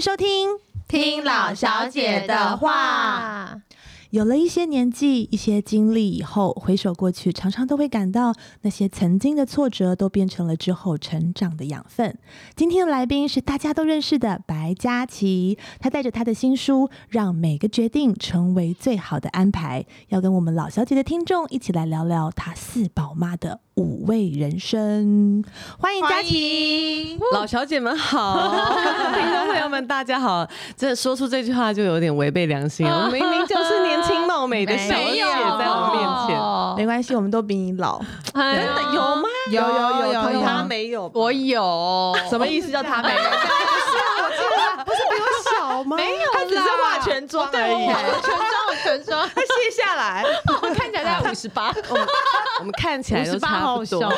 收听。听老小姐的话。有了一些年纪、一些经历以后，回首过去，常常都会感到那些曾经的挫折都变成了之后成长的养分。今天的来宾是大家都认识的白嘉琪，她带着她的新书《让每个决定成为最好的安排》，要跟我们老小姐的听众一起来聊聊她四宝妈的五味人生。欢迎嘉欢琪。迎， 老小姐们好， 听众朋友们大家好。这说出这句话就有点违背良 心了，我明明就是年轻貌美的小没姐有在我面前。没关系，我们都比你老。哎真的有吗？有有有有她没有，我有，什么意思？叫她没有？ 比我小吗？没有，她只是化全妆而已。我全妆，我全 妆，她卸下来，我看起来大概五十八，我们看起来都差不多。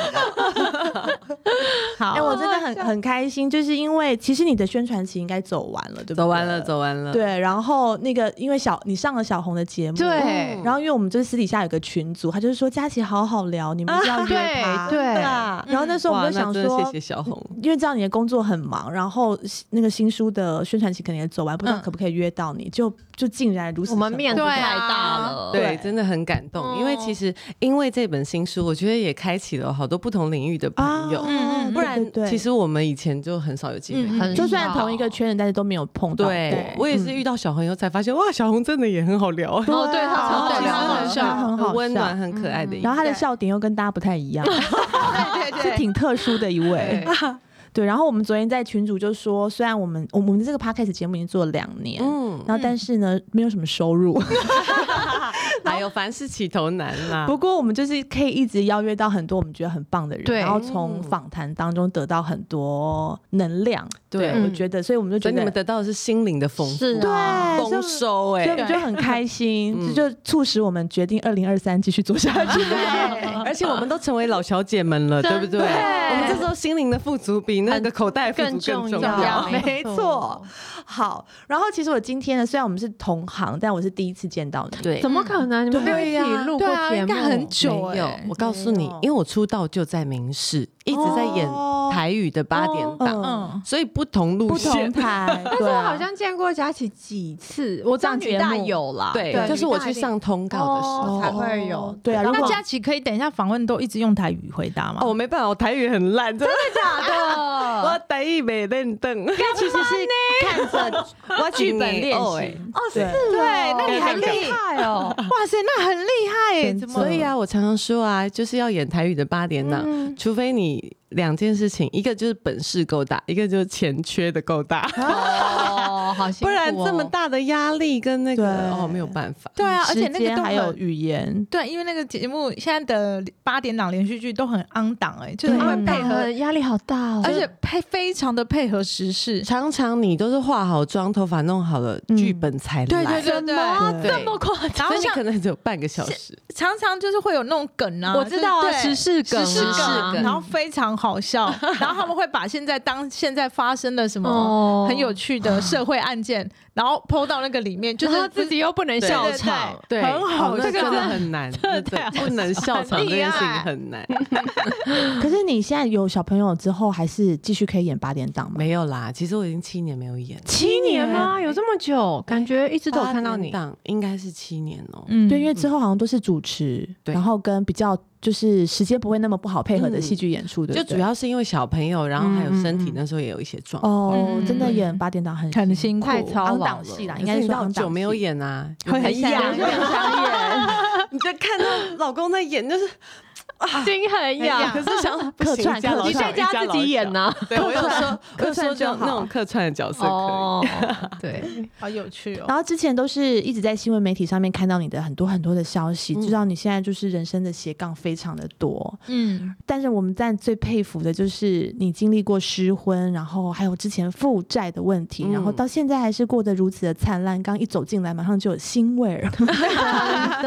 哎、我真的很很开心，就是因为其实你的宣传期应该走完了，对不对？走完了，。走完了。对，然后那个因为小你上了小红的节目，对然后因为我们就是私底下有个群组，他就是说佳琪好好聊，你们一定要约他。对对啊然后那时候我哇，们就那想真的说，谢谢小红。因为知道你的工作很忙，然后那个新书的宣传期可能也走完，不知道嗯可不可以约到你，就就竟然如此我成功。们面子对太啊大了。对对，真的很感动，因为哦其实因为这本新书，我觉得也开启了好多不同领域的啊朋，友。嗯嗯不然对对，对其实我们以前就很少有机会。嗯很就算同一个圈子，但是都没有碰到过。对，我也是遇到小红以后才发现，哇，小红真的也很好聊，哦对她超对对她啊她很好很好笑，嗯温暖、很可爱的一然后个。他的对笑点又跟大家不太一样， 对对是挺特殊的一位。 对，然后我们昨天在群主就说，虽然我们我们我们这个 podcast 节目已经做了两年，嗯，然后但是呢，没有什么收入。还有凡事起头难 啦。不过我们就是可以一直邀约到很多我们觉得很棒的人，对然后从嗯访谈当中得到很多能量。对我嗯觉得，所以我们就觉所以你得们得到的是心灵的丰富，是对啊，，所以我丰们所收以我哎。们就很 开心，嗯这就促使我们决定二零二三继续做下 去。而且我们都成为老小姐们了，对不对？真的我们这时候心灵的富足比那个口袋富足更重更重要没错。 好，然后其实我今天呢，虽然我们是同行，但我是第一次见到你。对怎么可能？你们没有一起录过对啊节应目？该很久没有哎，我告诉你没有，因为我出道就在明视，一直在演哦台语的八点档，哦嗯，所以不同路不线同。台，但是对我啊好像见过佳琪几次，我知道上女节大目有啦，对对，就是我去上通告的时候。才会有啊哦对啊，如那果佳琪可以等一下访问都一直用台语回答吗？哦，我没办法，我台语很烂，真的假 的。我台语没认凳。那其实是看 着我剧本练哎习，哦是对，那你还这样厉害哦，哇塞，那很厉害耶！怎么所以啊，我常常说啊，就是要演台语的八点档，嗯除非你两件事情，一个就是本事够大，一个就是钱缺的够大，啊哦，好辛苦 不哦然这么大的压力跟那对个哦没有办法。对啊，而且嗯时那个间都还有很语言，对，因为那个节目现在的八点档连续剧都很昂档哎，就是对他啊们配合，压力好大哦而且配非常的配合时事。常常你都是化好妆、头发弄好了，嗯剧本才来，对对对对，对这么夸张，所然后以你可像能只有半个小时。常常就是会有那种梗啊，我知道啊，就是时对事梗啊，时事梗然后非常好笑，然后他们会把现在当现在发生的什么哦很有趣的社会案件，然后抛到那个里面，就然后是自己又不能对笑对对场，对，很好哦那这个真的真的啊很 难，真的不能笑场这很厉件事情害很难。可是你现在有小朋友之后，还是继续可以演八点档吗？没有啦，其实我已经七年没有演了。七年吗？有这么久？感觉一直都有看到八点你。档应该是七年哦、嗯对，因为之后好像都是主持，对然后跟比较就是时间不会那么不好配合的戏剧演出，对就不对主要是因为小朋友，然后还有身体嗯嗯嗯那时候也有一些状况。哦嗯，真的演八点档很很辛苦，太操昂劳档了戏啦，可应是该你说到昂档久戏没有，演啊，很很想痒，很想演，你就看到老公在演，就是哎心很痒。可是想不客行，串一家老客你小串在一家自老己小演啊呢？啊对，我有说，我有客串就说就好那种客串的角色可哦， 对，好有趣哦。然后之前都是一直在新闻媒体上面看到你的很多很多的消息，嗯知道你现在就是人生的斜杠非常的多。嗯，但是我们在最佩服的就是你经历过失婚，然后还有之前负债的问题，嗯然后到现在还是过得如此的灿烂。刚一走进来，马上就有腥味儿，我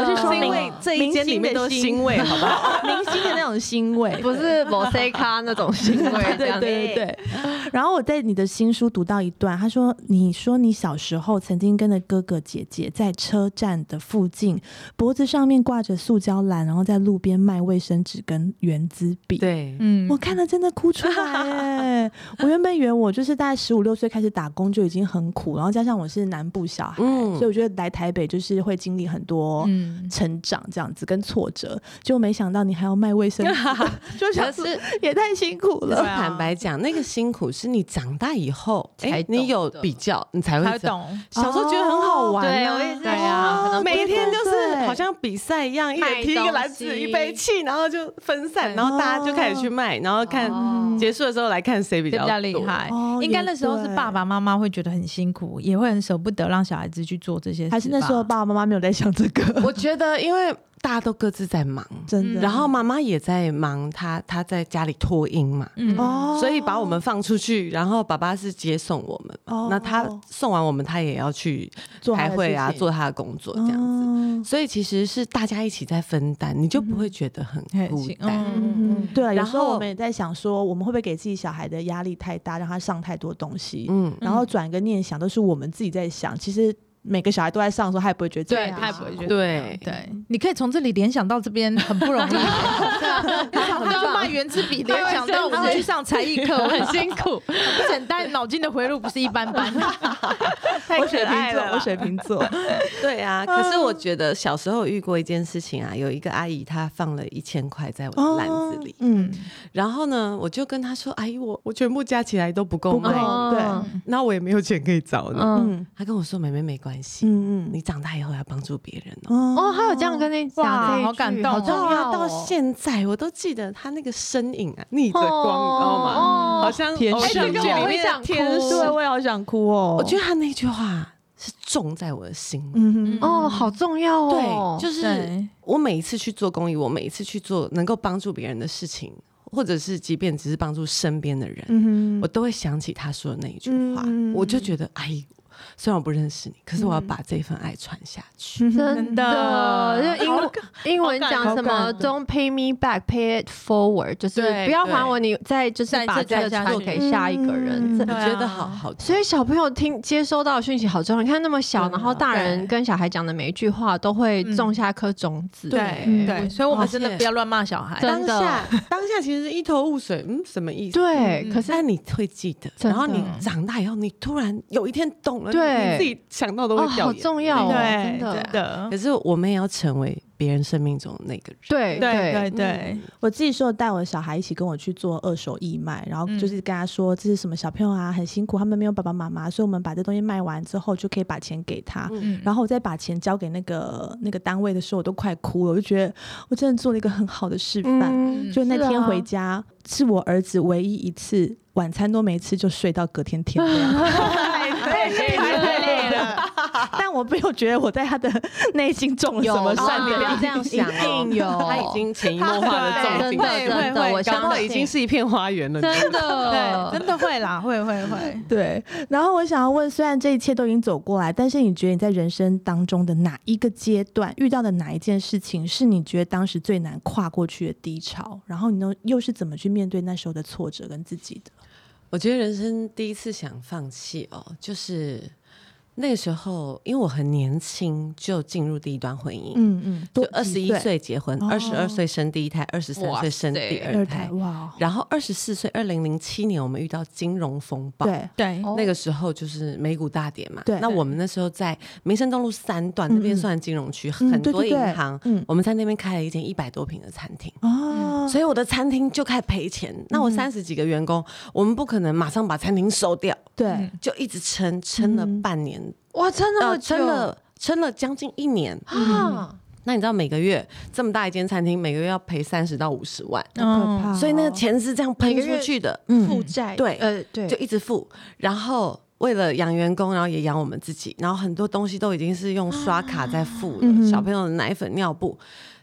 是以，说嗯因为这一间里面都是明星的腥味，好不好？ 明星星的那种腥味，不是某 C 咖那种行为，这对样对对对。然后我在你的新书读到一段，他说：“你说你小时候曾经跟着哥哥姐姐在车站的附近，脖子上面挂着塑胶篮，然后在路边卖卫生纸跟圆珠笔。”。对，嗯我看了真的哭出来耶！我原本以为我就是大概十五六岁开始打工就已经很苦，然后加上我是南部小孩，嗯所以我觉得来台北就是会经历很多嗯，成长这样子跟挫折，就没想到你还要卖卫 生纸，就想说也太辛苦可是了。坦白讲，那个辛苦是你长大以后，哎才，你懂有的比较，你才才会会知道。懂。小时候觉得很好玩哦对，啊，我也是对啊可能每天就对是对对好像比赛一样，一卖人提一个篮东子，西一杯气，然后就分散，然后大家就开始去卖，然后看哦结束的时候来看谁比比较较厉多。害哦，应该那时候是爸爸妈妈会觉得很辛苦，也会很舍不得让小孩子去做这些事吧。还是那时候爸爸妈妈没有在想这个，我觉得，因为大家都各自在忙， 真的。然后妈妈也在忙，她她在家里托婴嘛，嗯，哦，所以把我们放出去，然后爸爸是接送我们嘛，哦那他送完我们，他也要去做他的开会啊，事情做他的哦工作这样子。嗯所以其实是大家一起在分担，你就不会觉得很哦嗯孤嘿单。嗯，对啊，有然时候我后们也在想说，我们会不会给自己小孩的压力太大，让他上太多东西，嗯，然后转个念想，都是我们自己在想。其实每个小孩都在上的时候，他也不会觉得自己对很他也辛不会苦觉得对，对，你可以从这里联想到这边很不容易。他要卖圆珠笔，联想到我们去上才艺课，我很辛苦，很不简单，脑筋的回路不是一般 般。太我水瓶座，我水瓶 座，对啊，可是我觉得小时候有遇过一件事情啊，有一个阿姨她放了一千块在我的篮子里，哦嗯，然后呢，我就跟她说：“阿姨，我我全部加起来都不够卖，哦对那我也没有钱可以找你。嗯，嗯她跟我说：“妹妹没关系，嗯你长大以后要帮助别人哦。嗯，哦，他有这样跟你哇讲这一句，好感动好哦重要哦，到现在我都记得她那个身影啊，逆着光，你知道吗？哦好像天偶使像这剧个里我会面的想天哭使。对，我也好想哭哦。我觉得她那句话是种在我的心里。嗯哼，哦，好重要哦，对，就是对我每一次去做公益，我每一次去做能够帮助别人的事情，或者是即便只是帮助身边的人，嗯我都会想起他说的那一句话，嗯我就觉得，哎，虽然我不认识你，可是我要把这份爱传下去。哼，真的的，就英文英文好感讲好什感么 “Don't pay me back, pay it forward”，就是对不要还我，你再就是再把再这个再传给下一个嗯人。这我对觉得啊好好，所以小朋友听接收到的讯息好重要。你看那么小，对啊然后大人对跟小孩讲的每一句话都会嗯种下一颗种子。对嗯对，所以我们真而且的不要乱骂小孩。当真的下当下其实一头雾水，嗯，什么意思？对，嗯可是但你会记得，真然的后你长大以后，你突然有一天懂了，对你自己想到都哦，会掉好眼泪。重要哦，真对，的真。的可，是我们也要成为别人生命中的那个人。对对对啊对嗯对，我自己是有带我的小孩一起跟我去做二手义卖，然后嗯就是跟他说这是什么小朋友啊，很辛苦，他们没有爸爸妈妈，所以我们把这东西卖完之后就可以把钱给他。嗯然后我再把钱交给那个那个单位的时候，我都快哭了，我就觉得我真的做了一个很好的示范。嗯就那是啊天回家，是我儿子唯一一次晚餐都没吃就睡到隔天天亮，太累了 太 累了，但我没有觉得我在他的 内心种了什么有啊善不要良。这样想哦一定有，他他已已经经潜移默化的种真进的会真会的，会我搞相不好信已经是一片花园了。真 对，的真的会啦，会会会，对，然后我想要问，虽然这一切都已经走过来，但是你觉得你在人生当中的哪一个阶段遇到的哪一件事情，是你觉得当时最难跨过去的低潮？然后你又又是怎么去面对那时候的挫折跟自己的？我觉得人生第一次想放弃哦，就是那个时候，因为我很年轻就进入第一段婚姻，嗯嗯，就多二几十一岁结婚，哦二十二岁生第一胎，二十三岁生第二二胎胎，哇，哦然后二十四岁，二零零七年我们遇到金融风暴。对，对，那个时候就是美股大跌嘛，哦对那我们那时候在民生东路三段那边算金融区，嗯很多银行，，对对对嗯我们在那边开了一间一百多平的餐厅，哦，嗯嗯所以我的餐厅就开始赔钱。那我三十几个员工，我们不可能马上把餐厅收掉，对，就一直撑，撑了嗯半年，哇，真的呃，撑了撑了将近一年。嗯啊，那你知道每个月这么大一间餐厅，每个月要赔三十到五十万，好嗯可怕哦，所以那个钱是这样喷每个出月去的，嗯负债对呃嗯对，就一直付，然后。为了养员工，然后也养我们自己，然后很多东西都已经是用刷卡在付了，嗯哼小朋友的奶粉、尿布。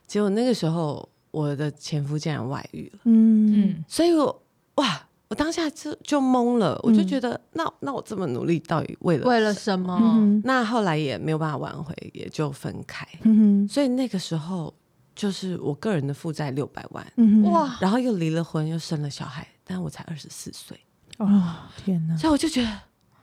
结果那个时候，我的前夫竟然外遇了，嗯嗯，所以我哇，我当下就就懵了，我就嗯觉得，那那我这么努力，到底为了为了什么什么？嗯那后来也没有办法挽回，也就分开。嗯哼所以那个时候就是我个人的负债六百万，嗯哼，哇，然后又离了婚，又生了小孩，但我才二十四岁，哦，天哪！所以我就觉得，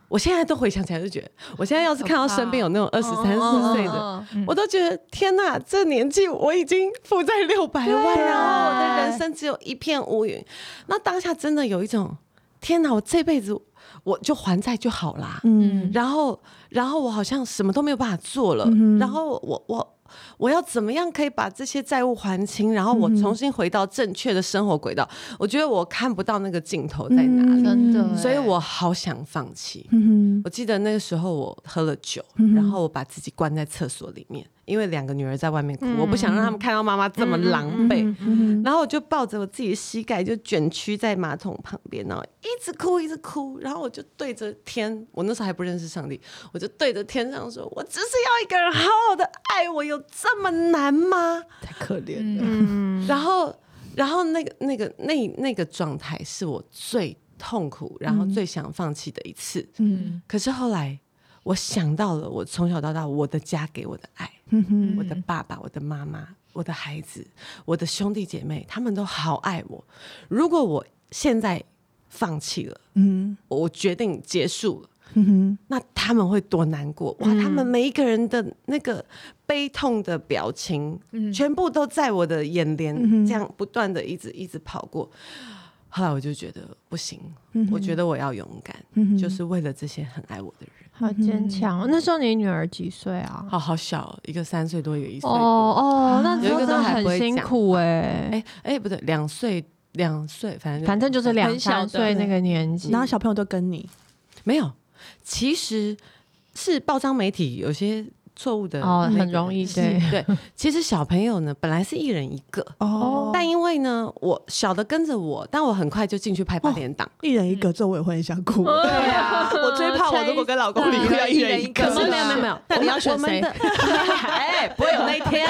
我现在都回想起来就觉得，我现在要是看到身边有那种二十嗯三哦四岁的，嗯的，嗯我都觉得天哪，这年纪我已经负债六百万了，啊我的人生只有一片乌云。那当下真的有一种天哪，我这辈子我就还债就好啦。嗯，然后，然后我好像什么都没有办法做了。嗯哼然后我我我要怎么样可以把这些债务还清？然后我嗯哼重新回到正确的生活轨道？我觉得我看不到那个尽头在哪里，真的嗯所以我好想放弃。嗯我记得那个时候我喝了酒，嗯哼然后我把自己关在厕所里面，因为两个女儿在外面哭，嗯我不想让他们看到妈妈这么狼哼，狈。嗯哼，然后我就抱着我自己的膝盖，就卷曲在马桶旁边，然后一直哭，一直哭。然后我就对着天，我那时候还不认识上帝，我就对着天上说：“我只是要一个人好好的爱我，有这么难吗？”太可怜了。嗯，然后，然后那个、那个、那那个状态是我最痛苦，然后最想放弃的一次。嗯可是后来，我想到了我从小到大我的家给我的爱，嗯哼，我的爸爸、我的妈妈、我的孩子、我的兄弟姐妹，他们都好爱我。如果我现在放弃了，嗯我我决定结束了。嗯哼，那他们会多难过哇！嗯他们每一个人的那个悲痛的表情，全部都在我的眼帘，嗯哼这样不断的一直一直跑过。后来我就觉得不行，嗯哼我觉得我要勇敢，嗯哼就是为了这些很爱我的人。好坚强哦。那时候你女儿几岁啊？嗯好好小哦，一个三岁多，一个一岁哦多。哦，那时有候一个真都的还不很会辛讲苦哎，哎哎，不对，两岁两岁，反正反正就是两很小三的岁那个年纪然，后小朋友都跟你，没有。其实是报章媒体有些错误的哦那很个容易是对对。其实小朋友呢，本来是一人一个，哦但因为呢，我小的跟着我，但我很快就进去拍八点档。一人一个，这我也会很想哭。 对啊，我最怕我如果跟老公离婚，要哦一人一个。怎么没有没有没有，那你要选我们谁的 哎，不会有那一 天。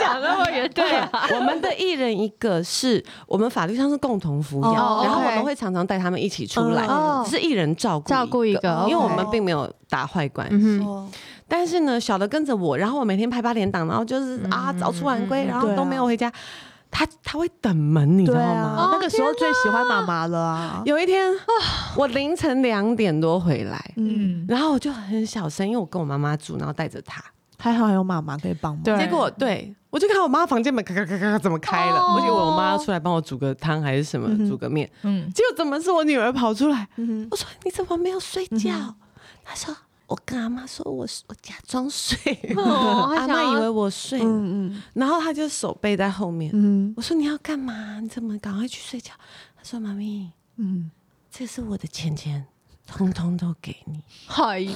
讲那么远，对啊， 我们的一人一个是我们法律上是共同抚养，哦然后我 OK 们会常常带他们一起出来，嗯只是一人照顾照顾一个哦因为 OK 我们并没有打坏关系。 嗯哼，哦，但是呢，小的跟着我，然后我每天拍八点档，然后就是啊嗯早出晚归，然后对啊都没有回家，他他会等门，你知对道啊吗？，那个时候最喜欢妈妈了啊。有一天啊我凌晨两点多回来，嗯，然后我就很小声，因为我跟我妈妈住，然后带着她。还好还有妈妈可以帮忙。对结果对我就看我妈房间门咔咔咔咔咔怎么开了，我以为我妈要出来帮我煮个汤还是什么，煮个面，嗯，结果怎么是我女儿跑出来？嗯我说你怎么没有睡觉？她说我跟阿妈说我我假装 睡，哦她阿想妈要以为我睡了，嗯然后她就手背在后面。嗯我说你要干嘛？你怎么赶快去睡觉？她说妈咪，嗯，这是我的钱钱，通通都给你。 哎呦，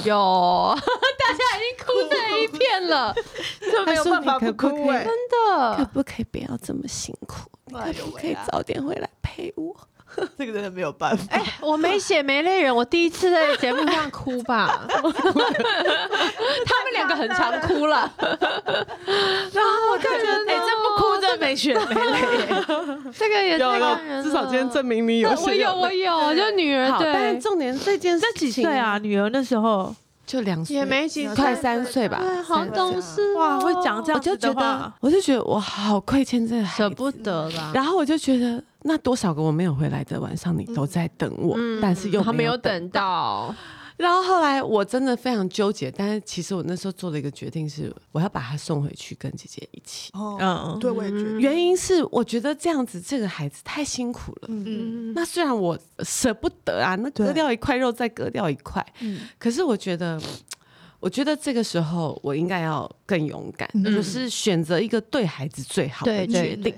大家已经哭成一片了，就没有办法不哭哎、真的可不可以不要这么辛苦？你可不可以早点回来陪我？这个真的没有办法。 我没血没泪人，我第一次在节目上哭 吧。他们两个很常哭 了，啊然后我就觉得，哎，这不哭真没血没泪，这个也太感人了。明你我有我有，就女儿好，但是对，重点这件事情，对啊，女儿那时候就两岁，也没几快三岁吧。对，好懂事哦哇，会讲这我样就子觉的得话，，我就觉得我好亏欠这个孩舍子。不得啦。然后我就觉得，那多少个我没有回来的晚上，你都在等我，但是又嗯他嗯没有有。等到，然后后来我真的非常纠结，但是其实我那时候做了一个决定是，我要把他送回去跟姐姐一起。哦，嗯，对，我也觉得。原因是我觉得这样子这个孩子太辛苦了。嗯那虽然我舍不得啊，那割对掉一块肉再割掉一块，嗯可是我觉得，我觉得这个时候我应该要更勇敢，就是选择一个对孩子最好的对嗯对决定。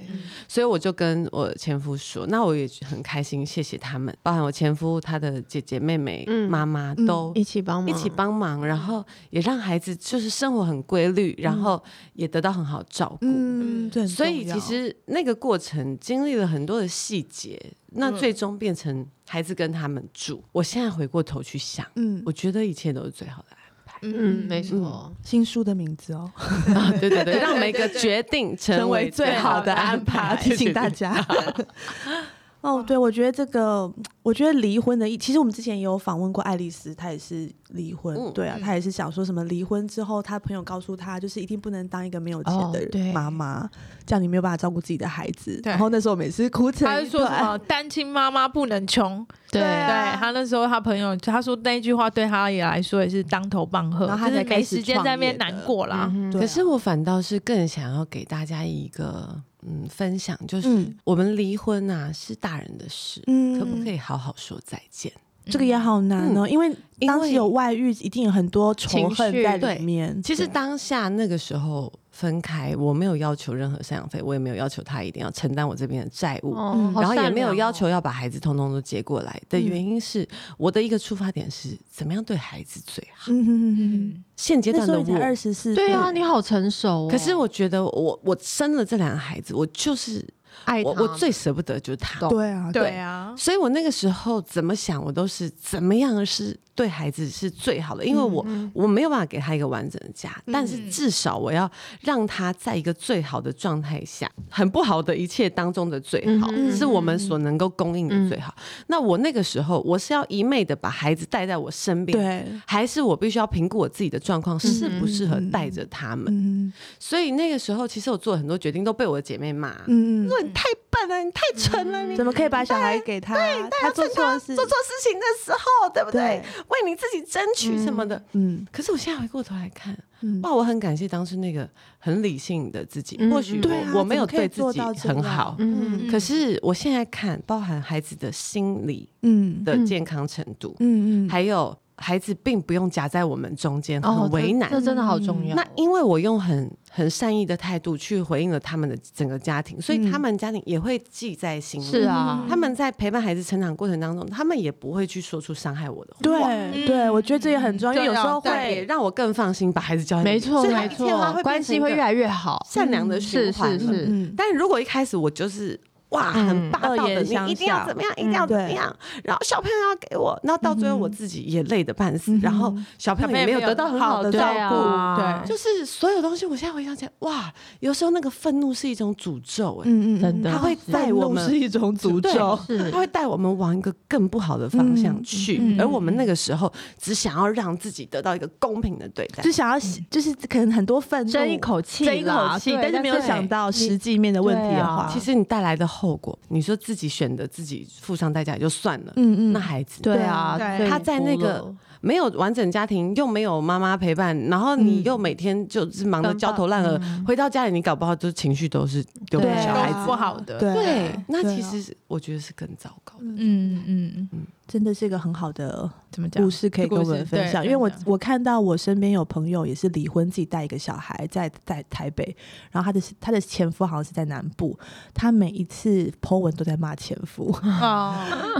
所以我就跟我前夫说，那我也很开心，谢谢他们，包含我前夫他的姐姐、妹妹、嗯妈妈嗯都一起帮忙，一起帮忙，然后也让孩子就是生活很规律，然后也得到很好照顾。嗯，对。所以其实那个过程经历了很多的细节，那嗯最终变成孩子跟他们住。我现在回过头去想，嗯我，觉得一切都是最 好的安排。嗯，没错，新书的名字哦，啊对对 对，让每个决定成为最好的安排。提醒大家。 哦，对，我觉得这个，我觉得离婚的议，其实我们之前也有访问过爱丽丝，她也是离婚，嗯对啊，她也是想说什么离婚之后，她朋友告诉她，就是一定不能当一个没有钱哦的对人妈妈，这样你没有办法照顾自己的孩子。对然后那时候我每次哭成他是一说什团么单亲妈妈不能穷？对啊对啊他那时候他朋友他说那一句话对他也来说也是当头棒喝，然后他就是才开没始时间在那边创业难的过啦。嗯对啊可是我反倒是更想要给大家一个嗯分享，就是嗯我们离婚啊是大人的事，嗯可不可以好好说再见？这个也好难哦，因为因当时为有外遇，一定有很多仇情恨绪在对里面。其实对当下那个时候分开，我没有要求任何赡养费，我也没有要求他一定要承担我这边的债务。嗯哦，然后也好善没有良要哦求要把孩子通通都接过来的嗯原因是，我的一个出发点是怎么样对孩子最好。嗯哼哼哼，嗯，现阶那段时的候你才二我，十哎四，对啊，你好成熟哦。可是我觉得我我生了这两个孩子，我就是爱我他我最舍不得就是他，对啊，对啊，所以我那个时候怎么想，我都是怎么样是对孩子是最好的，因为嗯我、嗯我没有办法给他一个完整的家，但是至少我要让他在一个最好的状态下，很不好的一切当中的最好，嗯是我们所能够供应的最好。那我那个时候，我是要一昧的把孩子带在我身边。对，还是我必须要评估我自己的状况适不适合带着他们，嗯所以那个时候其实我做了很多决定都被我的姐妹骂，嗯，说你太笨了，你太蠢了，你怎么可以把小孩给他？啊他做错事，做错事情的时候，对不对？对为你自己争取什么的。嗯可是我现在回过头来看，嗯，哇，我很感谢当时那个很理性的自己。嗯或许对啊我我没有怎么可以对自做己到这啊很样好，嗯嗯可是我现在看，包含孩子的心理嗯的健康程度，嗯嗯，还有孩子并不用夹在我们中间，哦很为难。这这真的好重要。那因为我用很很善意的态度去回应了他们的整个家庭，所以他们家庭也会记在心嗯里。是啊，他们在陪伴孩子成长过程当中，他们也不会去说出伤害我的话，对对，我觉得这也很重要，因为有时候对，啊会让我更放心把孩子交给你哦没错所以他没一天他错，关系变成会一越个来越好。善良的循是环是了是，嗯但如果一开始我就是哇，嗯很霸道恶的，言相向嗯你一定要怎么样，一定要怎么样，然后小朋友要给我，那到最后我自己也累得半嗯死，然后小朋友也没有得到很好的对照顾。啊，对就是所有东西，我现在回想起来，哇，有时候那个愤怒是一种诅咒、哎、嗯嗯，他会带愤我怒们是一种诅咒，是 他会带我们往一个更不好的方向嗯去，嗯而我们那个时候只想要让自己得到一个公平的对待就。想要就是可能很多愤怒，争一口气啦，争一口气，对但是没有想到实际面的问题的话，其实你带来的后果，你说自己选择自己付上代价也就算了，嗯嗯，那孩子对啊，对所以他在那个哦哭了没有完整家庭，又没有妈妈陪伴，然后你又每天就是忙得跟爸焦头烂嗯额，嗯回到家里你搞不好就情绪都是丢给对小孩子。不好的，对对，那啊对啊其实是我觉得是更糟糕的。嗯嗯嗯，真的是一个很好的怎么讲故？事可以跟我故们事分对享，因为我分享我看到我身边有朋友也是离婚，自己带一个小孩在在台北，然后他的他的前夫好像是在南部，他每一次 po 文都在骂前夫，嗯哦，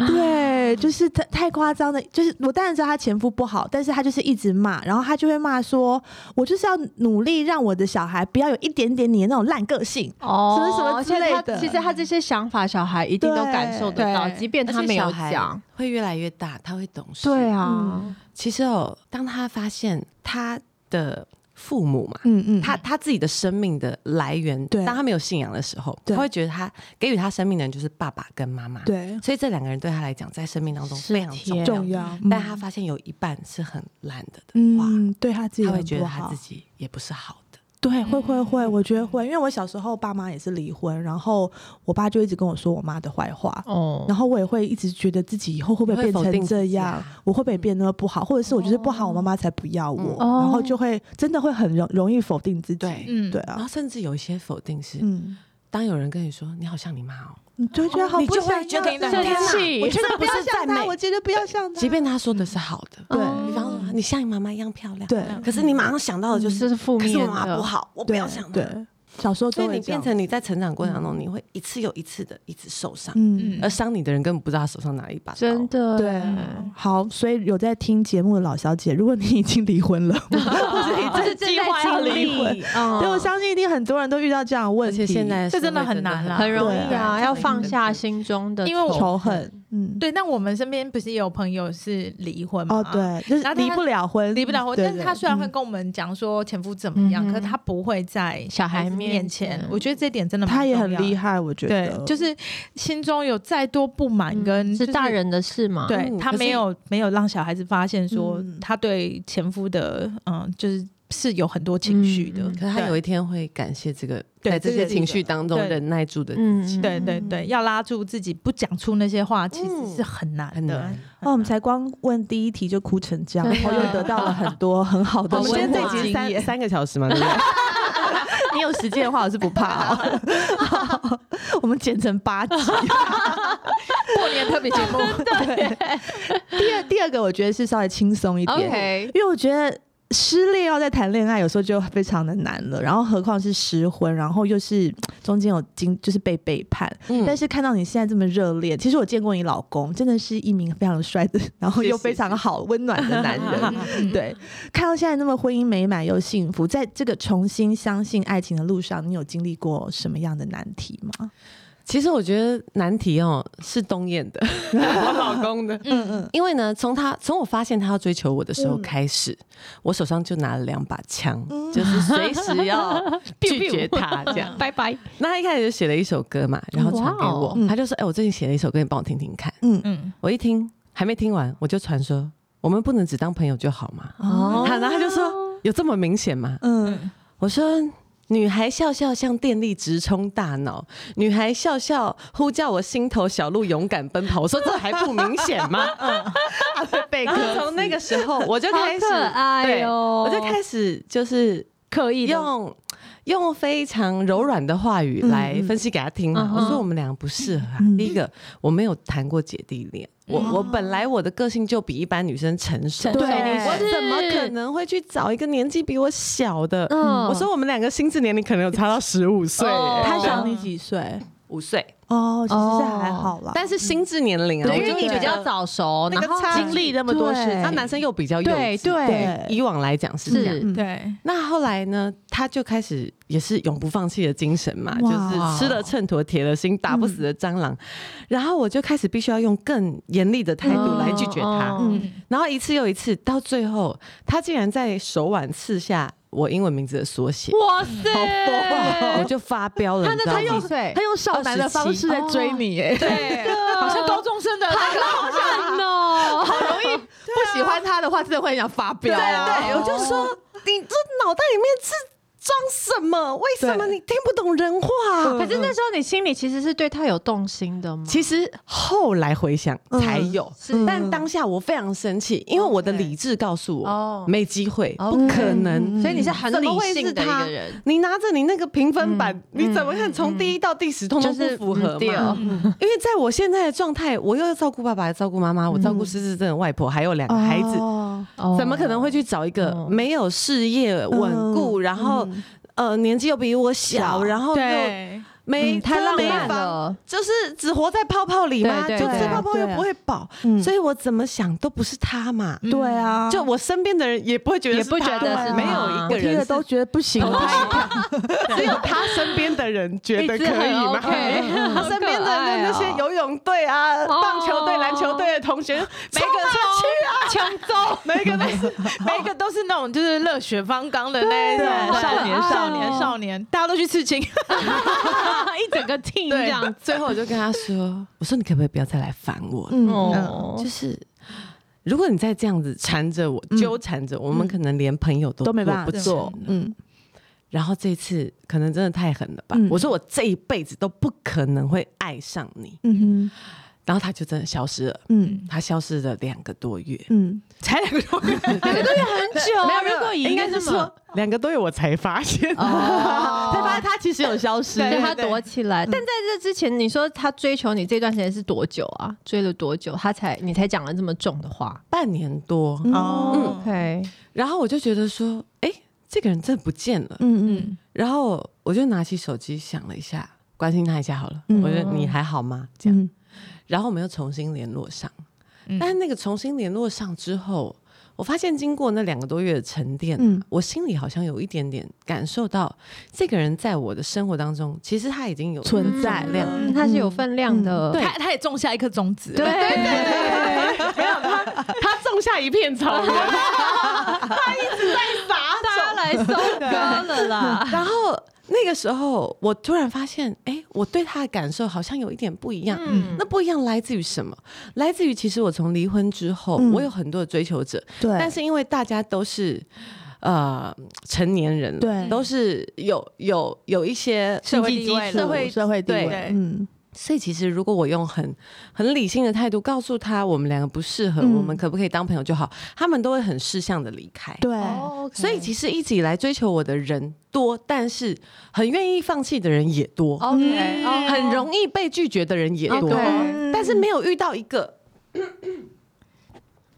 对，就是太太夸张的，就是我当然知道他前夫不好，但是他就是一直骂，然后他就会骂说，我就是要努力让我的小孩不要有一点点你的那种烂个性，哦，什么什么之类的而且他其实他这些想法，小孩一定都对感受得到，对即便而且他没小有孩讲。会越来越大，他会懂事。对啊嗯，其实哦，当他发现他的父母嘛，嗯嗯，他他自己的生命的来源，对当他没有信仰的时候，对他会觉得他给予他生命的人就是爸爸跟妈妈。，对啊所以这两个人对他来讲，在生命当中是非常重天要。重要，但他嗯发现有一半是很烂的的话，嗯，对他自己他会很觉不得他好自己也不是好的。对，会嗯会会，我觉得会，因为我小时候爸妈也是离婚，然后我爸就一直跟我说我妈的坏话，哦，然后我也会一直觉得自己以后会不会会变否定成自这己样，啊哦我会不会变那么不好，或者是我就是不好，我妈妈才不要我，嗯然后哦就会真的会很容容易否定自己，对嗯对然后啊，甚至有一些否定是，嗯，当有人跟你说你好像你妈哦，你就会觉得好你不就想会觉要得这生样气我真的不不要是像赞他，美我觉得不要像他，即便他说的是好的，对比方说你像你妈妈一样漂亮，嗯对嗯可是你马上想到的就，就是是负可是我面妈妈的不，好，嗯我不对要想她。对，小时候所都以会你这变样，成你在成长过程当中，你会一次又一次的一直受伤，嗯。而伤你的人根本不知道他手上拿一把刀。真的对，嗯好，所以有在听节目的老小姐，如果你已经离婚了，不是这是计划要离婚，嗯哦嗯对，我相信一定很多人都遇到这样的而问题。且现在这真的社会很难啦啊很容易啊对啊，要放下心中的因为我仇恨，嗯，对，那我们身边不是也有朋友是离婚吗？哦，对，就是然后离他不了婚，离不了婚，对但是他对虽然嗯会跟我们讲说前夫怎么样，嗯哼可是他不会在小孩孩子面面前，前我觉得这点真的嗯蛮他也很重要厉。害，我觉对得，，就是心中有再多不满跟、就是嗯大，人的事嘛？对嗯他可是没有没有让小孩子发现说嗯他对前夫的嗯，就是是有很多情绪的。嗯嗯可是他对有一天会感谢这个，对在这这些个情绪当中对忍耐住的嗯，嗯对对对，要拉住自己不讲出那些话，其实嗯是很难很的。难。哦，我们才光问第一题就哭成这样，然真后的又啊得到了很多很好的好温哦我暖。们现今天在这这集经验三三个小 时嘛，对不对？你有时间的话，我是不怕哦。 我们剪成八集。过年特别节 目，第二第二个，我觉得是稍微轻松一点 OK 因为我觉得失恋要再谈恋爱，有时候就非常的难了。然后何况是失婚，然后又是中间有经就是被背叛。但嗯，是看到你现在这么热烈，其实我见过你老公，真的是一名非常帅的，然后又谢谢嗯非常好温暖的男 人。 对，看到现在那么婚姻美满又幸福，在这个重新相信爱情的路上，你有经历过什么样的难题吗？其实我觉得难题哦是东燕 的，我老公的。嗯嗯，因为呢，从他从我发现他要追求我的时候开始，我手上就拿了两把枪，嗯就是随时 要拒绝他这 样。拜拜。那他一开始就写了一首歌嘛，然后传给哇我哦，他就说：“哎、我最近写了一首歌，你帮我听听看。嗯，”我一听还没听完，我就传说：“我们不能只当朋友就好嘛。”哦他然后他就说：“有这么明显吗？”嗯，我说：“女孩笑笑像电力直冲大脑，女孩笑笑呼叫我心头小鹿勇敢奔跑。”我说：“这还不明显吗？”贝然后从那个时候我就开始，好可爱哦对我就开始就是刻意的用用非常柔软的话语来分析给他听嘛。嗯嗯我说我们两个不适合啊。嗯第一个，我没有谈过姐弟恋，我我本来我的个性就比一般女生成熟，对我是哎怎么可能会去找一个年纪比我小的？嗯我说我们两个心智年龄可能有差到十五岁耶，哦他小你几岁？五岁，哦，其实是还好啦，但是心智年龄啊，对，我因为就你觉比得较早熟，那然个后差距经历那么多事情对他男生又比较幼对稚，对以往来讲是这样。是嗯对，那后来呢？他就开始也是永不放弃的精神嘛，就哇是吃了秤砣，铁了心，打嗯不死的蟑螂。然后我就开始必须要用更严厉的态度来拒绝他。嗯嗯然后一次又一次，到最后，他竟然在手腕刺下我英文名字的缩写，哦哇我塞，就发飙了。他你的知道他啊吗又岁，他用少男的方式在追你，哎，对，好像高中生的那个看哦，好容 易不喜欢他的话，真的会很想发飙。啊对，啊我就说你这脑袋里面是装什么？为什么对你听不懂人话？嗯可是那时候你心里其实是对他有动心的吗？其实后来回想才有，嗯但当下我非常生气，因为我的理智告诉哦我没机会， OK 不可能。嗯所以你是很怎么理会性是的一他个人，你拿着你那个评分嗯板，你怎么看从第一到第十通通就是不符合嗯对嘛哦？因为在我现在的状态，我又要照顾爸爸，照顾妈妈，嗯我照顾失智症的外婆，还有两个孩子，哦嗯怎么可能会去找一个嗯没有事业稳固，然后呃年纪又比我小，然哦后又对，没嗯太车浪没漫房了，就是只活在泡泡里嘛，对就对嗯吃对泡泡又不会饱对啊，所以我怎么想都不是他嘛。对啊，就我身边的人也不会觉得嗯也是不他觉得嘛是他没有一我个听了人都觉得不行哦 了。是只有他身边的人觉得可以嘛。 他身边的那那些游泳队啊、哦棒球队、篮球队的同学，每个个去啊，抢走，每个都是每一个都是那种就是热血方刚的那一种对少年对少年少年，大家都去刺青，一整个 team 这对样。最后我就跟他说：“我说你可不可以不要再来烦我了？”嗯哦就是如果你再这样子缠着我、纠缠着我，我们可能连朋友都都没办法不做成。嗯，然后这一次可能真的太狠了吧？嗯我说我这一辈子都不可能会爱上你。嗯然后他就真的消失了，哼，嗯他消失了两个多月。嗯，才两个多月， 很久，没有，如果啊应该是说两个多月我才发现，才发哦，现他其实有消失，对他躲起来。但在这之前，你说他追求你这段时间是多久啊？追了多久，他才你才讲了这么重的话半年多。嗯哦？OK，然后我就觉得说，哎，这个人真的不见了。嗯嗯然后我就拿起手机想了一下，关心他一下好了。嗯我觉得你还好吗？这样。嗯然后我们又重新联络上嗯，但是那个重新联络上之后，我发现经过那两个多月的沉淀，啊嗯我心里好像有一点点感受到，这个人在我的生活当中，其实他已经有存在量嗯它是有分量的。他他也种下一颗种子，对对他种下一片草原，大家来收割了啦！ 然后那个时候，我突然发现，哎，我对他的感受好像有一点不一样。嗯那不一样来自于什么？来自于其实我从离婚之后，嗯我有很多的追求者，对，但是因为大家都是。呃，成年人了对都是有有有一些社会经济地基位础了社会社会地对位，嗯，所以其实如果我用很很理性的态度告诉他我们两个不适合，嗯我们可不可以当朋友就好，他们都会很识相的离开。对，所嗯以其实一直以来追求我的人多，但是很愿意放弃的人也多， ，OK，哦很容易被拒绝的人也多， OK 但是没有遇到一个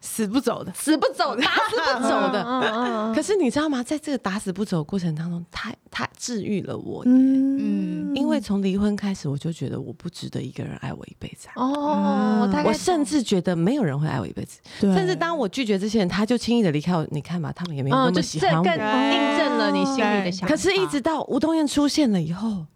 死不走的，死不走、打死不走的。嗯嗯嗯可是你知道吗？在这个打死不走的过程当中，他他治愈了我，嗯因为从离婚开始，我就觉得我不值得一个人爱我一辈子啊、哦，大概我甚至觉得没有人会爱我一辈子。对甚至当我拒绝这些人，他就轻易的离开我。你看吧，他们也没有那嗯，么就喜这欢更我。印证了你心里的想法。可是，一直到吴东燕出现了以后，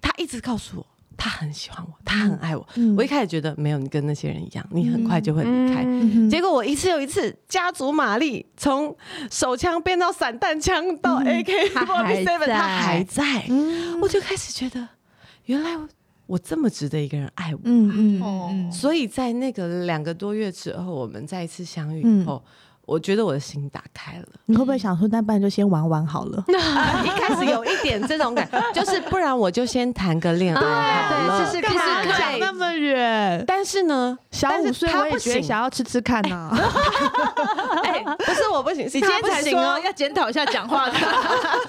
他一直告诉我，他很喜欢我，他很爱我。嗯我一开始觉得没有，你跟那些人一样，你很快就会离开。嗯嗯结果我一次又一次，家族马力从手枪变到散弹枪到 AK 他还 forty seven，在嗯他还在，嗯我就开始觉得，原来我我这么值得一个人爱我。嗯嗯嗯，所以在那个两个多月之后，我们再一次相遇嗯以后，我觉得我的心打开了。你会不会想说，那不然就先玩玩好了？啊一开始有一点这种感，就是不然我就先谈个恋爱哎好对，了。试试看，不想那么远，但是呢，小但是五岁他我也不觉得行想要吃吃看呢。 哎， 不是我不行，你哦你今天才哦说要检讨一下讲话的，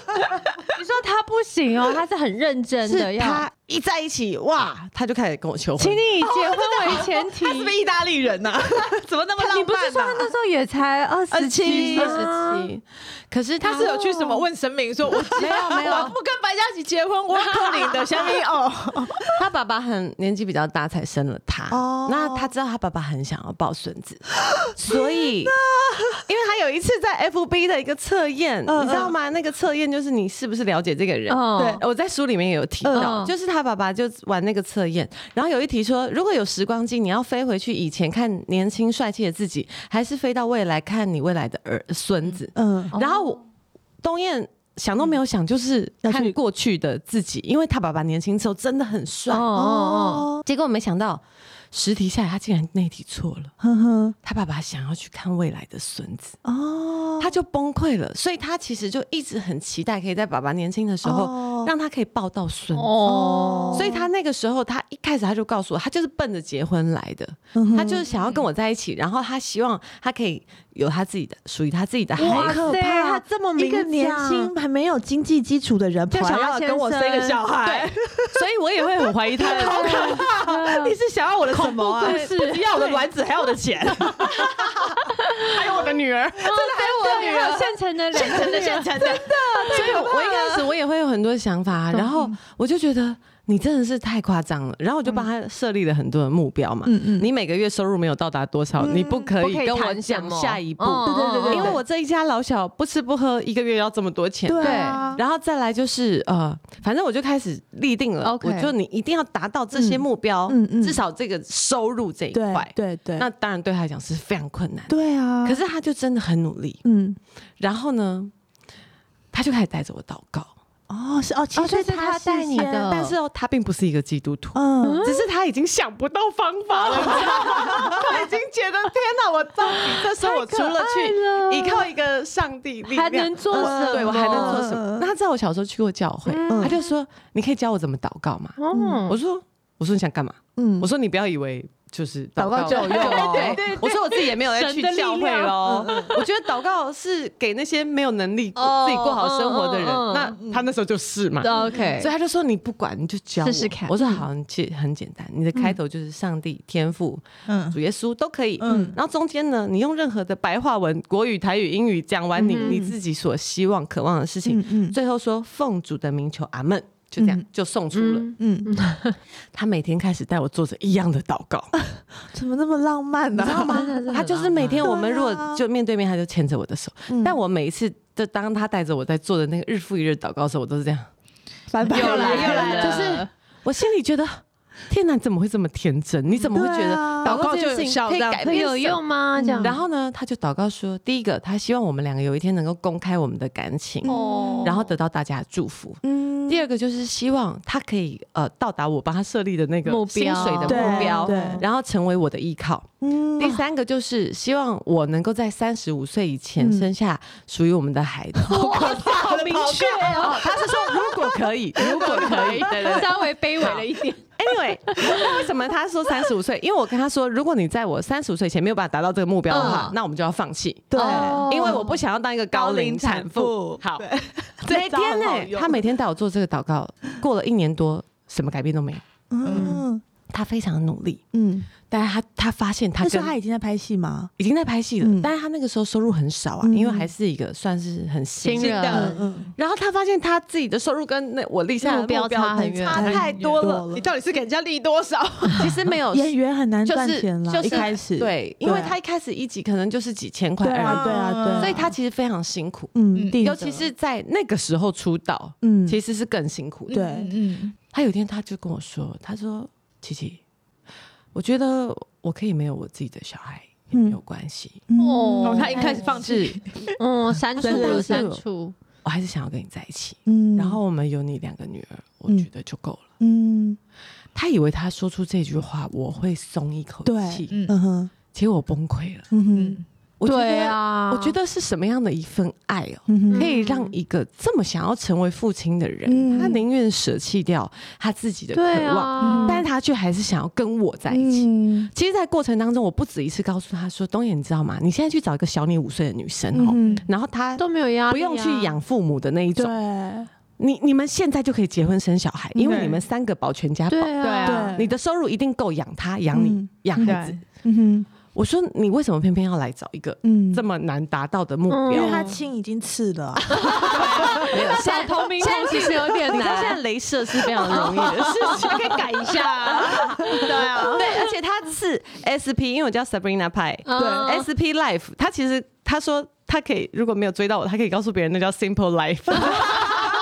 你说他不行哦，他是很认真的是要，他一在一起哇，他就开始跟我求婚，请你以结婚为前 提。是不是意大利人啊呐？怎么那么你不是说他那时候也才二十七、二十七，可是他是有去什么问 神明说，我没有没我有，不跟白嘉琪结婚，我要扣你的香槟哦。 他爸爸很年纪比较大才生了他，哦那他知道他爸爸很想要抱孙子，所以因为他有一次在 FB 的一个测验，嗯你知道吗？那个测验就是你是不是了解这个人。哦，我在书里面也有提到，嗯就是他爸爸就玩那个测验，然后有一题说，如果有时光机，你要飞回去以前看年轻帅气的自己，还是飞到未来看你未来的儿孙子？嗯，然后我东燕想都没有想，就是要去看过去的自己，因为他爸爸年轻时候真的很帅哦，哦哦，结果没想到十题下来，他竟然那题错了。呵呵，他爸爸想要去看未来的孙子，哦，他就崩溃了。所以他其实就一直很期待可以在爸爸年轻的时候，哦让他可以抱到孙子。哦所以他那个时候，他一开始他就告诉我，他就是奔着结婚来的，嗯哼他就是想要跟我在一起，然后他希望他可以有他自己的属于他自己的孩子。好可塞怕他这么一个明年讲轻还没有经济基础的人，就跑想来要跟我生一个小孩， 所以我也会很怀疑 他的你是想要我的什么啊？恐怖故事不只要我的卵子，还要我 的钱，还有我的女儿，哦我女儿现成的，现 真的现成的，所以我一开始我也会有很多想法嗯啊，然后我就觉得你真的是太夸张了，然后我就帮嗯他设立了很多的目标嘛。嗯嗯，你每个月收入没有到达多少，你不可以跟我讲下一步，嗯因为我这一家老小不吃不喝，一个月要这么多钱。对对啊，然后再来就是呃，反正我就开始立定了 OK 我就你一定要达到这些目标，嗯嗯嗯至少这个收入这一对块。对对，那当然对他来讲是非常困难的，对啊，可是他就真的很努力。嗯，然后呢，他就开始带着我祷告，哦是哦，其哦实这是他带你先的但是哦，他并不是一个基督徒，嗯，只是他已经想不到方法了，你知道吗？他已经觉得天哪，我到底这时候我除了去依靠一个上帝力量，还能做什么对我还能做什嗯嗯嗯？么那他知道我小时候去过教会，他就说：“你可以教我怎么祷告吗？”哦我说：“我说你想干嘛？嗯我说你不要以为就是祷告就有用哦对对对，我说我自己也没有在去教会喽。 我觉得祷告是给那些没有能力哦自己过好生活的人嗯嗯，那他那时候就是嘛。 ，OK，所以他就说你不管你就教我试试看我说好，你其实很简单，你的开嗯头就是上帝、天赋、嗯主耶稣都可以。嗯然后中间呢，你用任何的白话文、国语、台语、英语讲完你、嗯你自己所希望、渴望的事情，嗯嗯最后说奉主的名求阿门。就这样、嗯就送出了。嗯，嗯，他每天开始带我做着一样的祷告，怎么那么浪漫呢、你知道吗？他就是每天我们如果嗯对啊就面对面，他就牵着我的手。嗯 但我每一次，就当他带着我在做的那个日复一日祷告的时候，我都是这样。拜拜又来又来了，就是我心里觉得，天哪，你怎么会这么天真？你怎么会觉对得啊祷告这就件有事情效？可以这样改会有用吗？这样，然后呢，他就祷告说，第一个，他希望我们两个有一天能够公开我们的感情，哦然后得到大家的祝福。嗯第二个就是希望他可以呃到达我帮他设立的那个目标薪水的对目标，对然后成为我的依靠。嗯第三个就是希望我能够在三十五岁以前嗯生下属于我们的孩子。好明确哦， 他是说如果可以，如果可以，对对 对。稍微卑微了一点， Anyway，那为什么他说三十五岁？因为我跟他说，如果你在我三十五岁前没有办法达到这个目标的话，嗯那我们就要放弃。对哦因为我不想要当一个高龄产妇。好， 这每招天很呢、好用他每天带我做这个祷告，过了一年多，什么改变都没有。嗯他非常努力，嗯，但是他他发现他那时跟候他已经在拍戏吗？已经在拍戏了，嗯但是他那个时候收入很少啊，嗯因为还是一个算是很新新人的。嗯然后他发现他自己的收入跟那我立下的目标差很远差太多了，你到底是给人家立多少？其实没有 嗯，演员很难就赚是钱了，就是一开始对，因为他一开始一集可能就是几千块对而已，啊对啊对啊，所以他其实非常辛苦，嗯，嗯定尤其的是在那个时候出道，嗯，其实是更辛苦的。对嗯，他有一天他就跟我说，他说：“琪琪，我觉得我可以没有我自己的小孩也没有关系，嗯哦哦，他一开始放是弃，嗯，删除真的了是删除，我还是想要跟你在一起。嗯然后我们有你两个女儿，我嗯觉得就够了。嗯他以为他说出这句话我会松一口对气，嗯嗯哼结果我崩溃了。嗯哼嗯，我觉得对，啊，我觉得是什么样的一份爱哦？嗯哼可以让一个这么想要成为父亲的人，嗯他宁愿舍弃掉他自己的渴对望，啊，但是他却还是想要跟我在一起。嗯其实，在过程当中，我不止一次告诉他说：“东野，你知道吗？你现在去找一个小你五岁的女生哦，嗯哼然后她都没有压力啊，不用去养父母的那一对种，你你们现在就可以结婚生小孩，因为对你们三个保全家保，对啊，对啊对你的收入一定够养他、养你、嗯养孩子。嗯哼我说你为什么偏偏要来找一个嗯这么难达到的目因标？为他亲已经刺了啊，现在同名同姓是有点你知道现难，在镭射是非常容易的事情， 可以改一下。 对啊，对，而且他是 SP，因为我叫 Sabrina Pie，嗯 SP Life，他其实他说他可以，如果没有追到我，他可以告诉别人那叫 Simple Life。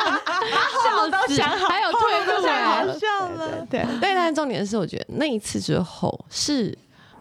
笑都想好，还有退路哎，笑了，对，对，但是重点是，我觉得那一次之后是。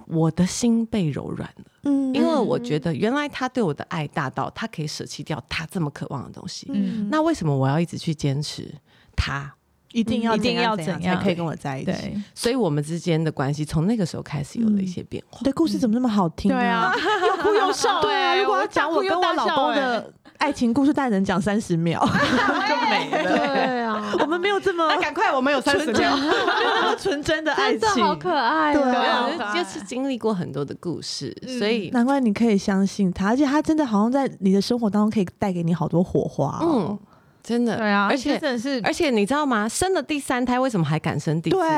我的心被柔软了，嗯 因为我觉得原来他对我的爱大到他可以舍弃掉他这么渴望的东西，嗯那为什么我要一直去坚持他？一定要一定要怎样怎才样可以跟我在一起？对，所以我们之间的关系从那个时候开始有了一些变化。你的故事怎么那么好听？对啊，，又哭又笑，对啊，哎如果要讲我跟我老公，的爱情故事，大人讲三十秒，就没了。欸对啊，我们没有这么赶快，我们有三十真秒。那 么纯真的爱真的情，好可爱哦，对对啊啊，好可就爱是经历过很多的故事，嗯所以难怪你可以相信他，而且他真的好像在你的生活当中可以带给你好多火花、哦嗯，，真的，对啊，而且真的是，而且你知道吗？生了第三胎，为什么还敢生第四对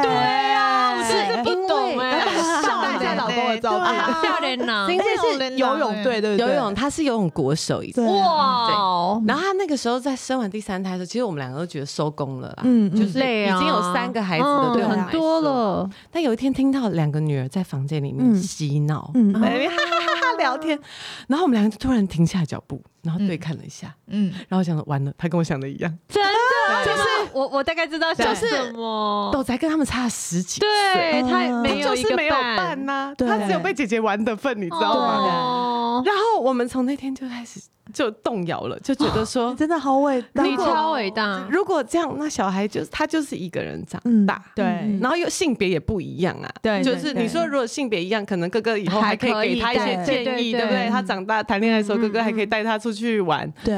胎？啊，我嗯是是因懂为欸哎上大家老公的照片片，啊笑脸啊呢嗯是，因为游泳队，对不对？游泳，他是游泳国手一次。对哇哦，然后他那个时候在生完第三胎的时候，其实我们两个都觉得收工了啦，嗯嗯就是累啊，已经有三个孩子了，嗯对我们很多。了，但有一天听到两个女儿在房间里面嗯嬉闹，嗯在那边哈哈哈哈聊天，然后我们两个就突然停下脚步，然后对看了一下，嗯，然后我想说完了，他跟我想的一样，真的，对就是我我大概知道对讲什么，豆仔跟他们差了十几岁，对嗯他没有就一是个没有伴呐、对他只有被姐姐玩的份，你知道吗？哦然后我们从那天就开始就动摇了，就觉得说你，哦真的好伟大，你超伟大，如果这样，那小孩就他就是一个人长嗯大。对，然后又性别也不一样啊，对对就是对你说如果性别一样，可能哥哥以后还还可以可以给他一些带建对对议，对对不对？他长大谈恋爱的时候，嗯哥哥还可以带他出去玩。对，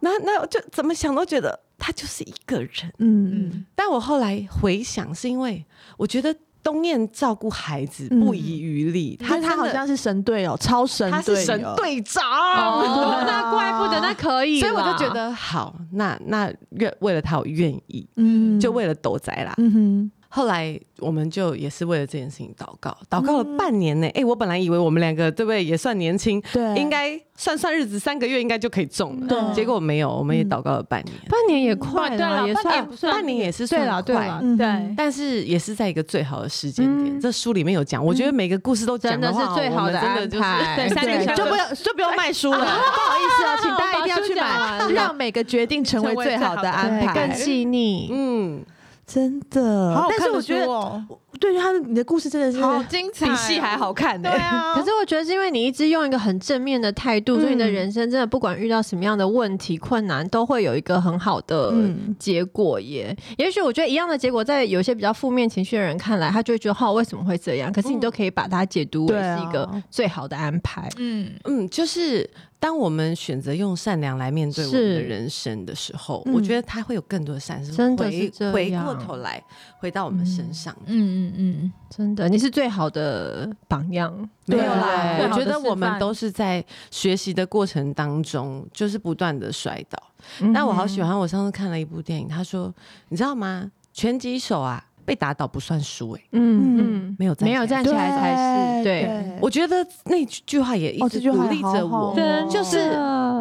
那那我就怎么想都觉得他就是一个人。嗯但我后来回想，是因为我觉得东燕照顾孩子嗯不遗余力，嗯，他真的他好像是神队友，超神队他友，是神队长，哦， 那怪不得，那可以啦， 所以我就觉得好，那那愿为了他，我愿意，嗯就为了斗仔啦。嗯哼，后来我们就也是为了这件事情祷告，祷告嗯了半年呢、哎、我本来以为我们两个对不对也算年轻，对应该算算日子三个月应该就可以中了，对结果没有，我们也祷告了半年，嗯半年也快对了，了也半算年不半年也是算对了对快了，嗯对，但是也是在一个最好的时间点。嗯这书里面有讲，我觉得每个故事都讲真的话，哦是最好我们安真的排，对三年前就不要就不要卖书了， 不好意啊思哦，请大家一定要去把书买，讲完让每个决定成为最好的安对排更，细腻。嗯，真的。好好但看是的我觉得书，哦对于他的你的故事真的是好精彩哦，比戏还好看呢对。啊，可是我觉得是因为你一直用一个很正面的态度，所以你的嗯人生真的不管遇到什么样的问题、困难，都会有一个很好的嗯结果耶。也许我觉得一样的结果，在有些比较负面情绪的人看来，他就会觉得哈、哦为什么会这样？可是你都可以把它解读为对啊是一个最好的安排。嗯，嗯，就是当我们选择用善良来面对我们的是人生的时候，嗯我觉得它会有更多的善事真的是回这回样过头来回到我们身上。嗯嗯嗯，真的，你是最好的榜样。没有对啦啊，我最好觉的得示我们范都是在学习的过程当中，就是不断的摔倒。但我好嗯喜欢，我上次看了一部电影，他说，你知道吗？拳击手啊，被打倒不算输、欸，嗯嗯，没有站没有起来站起来才是对。我觉得那句句话也一哦直这句话鼓励好着好我，哦真就的是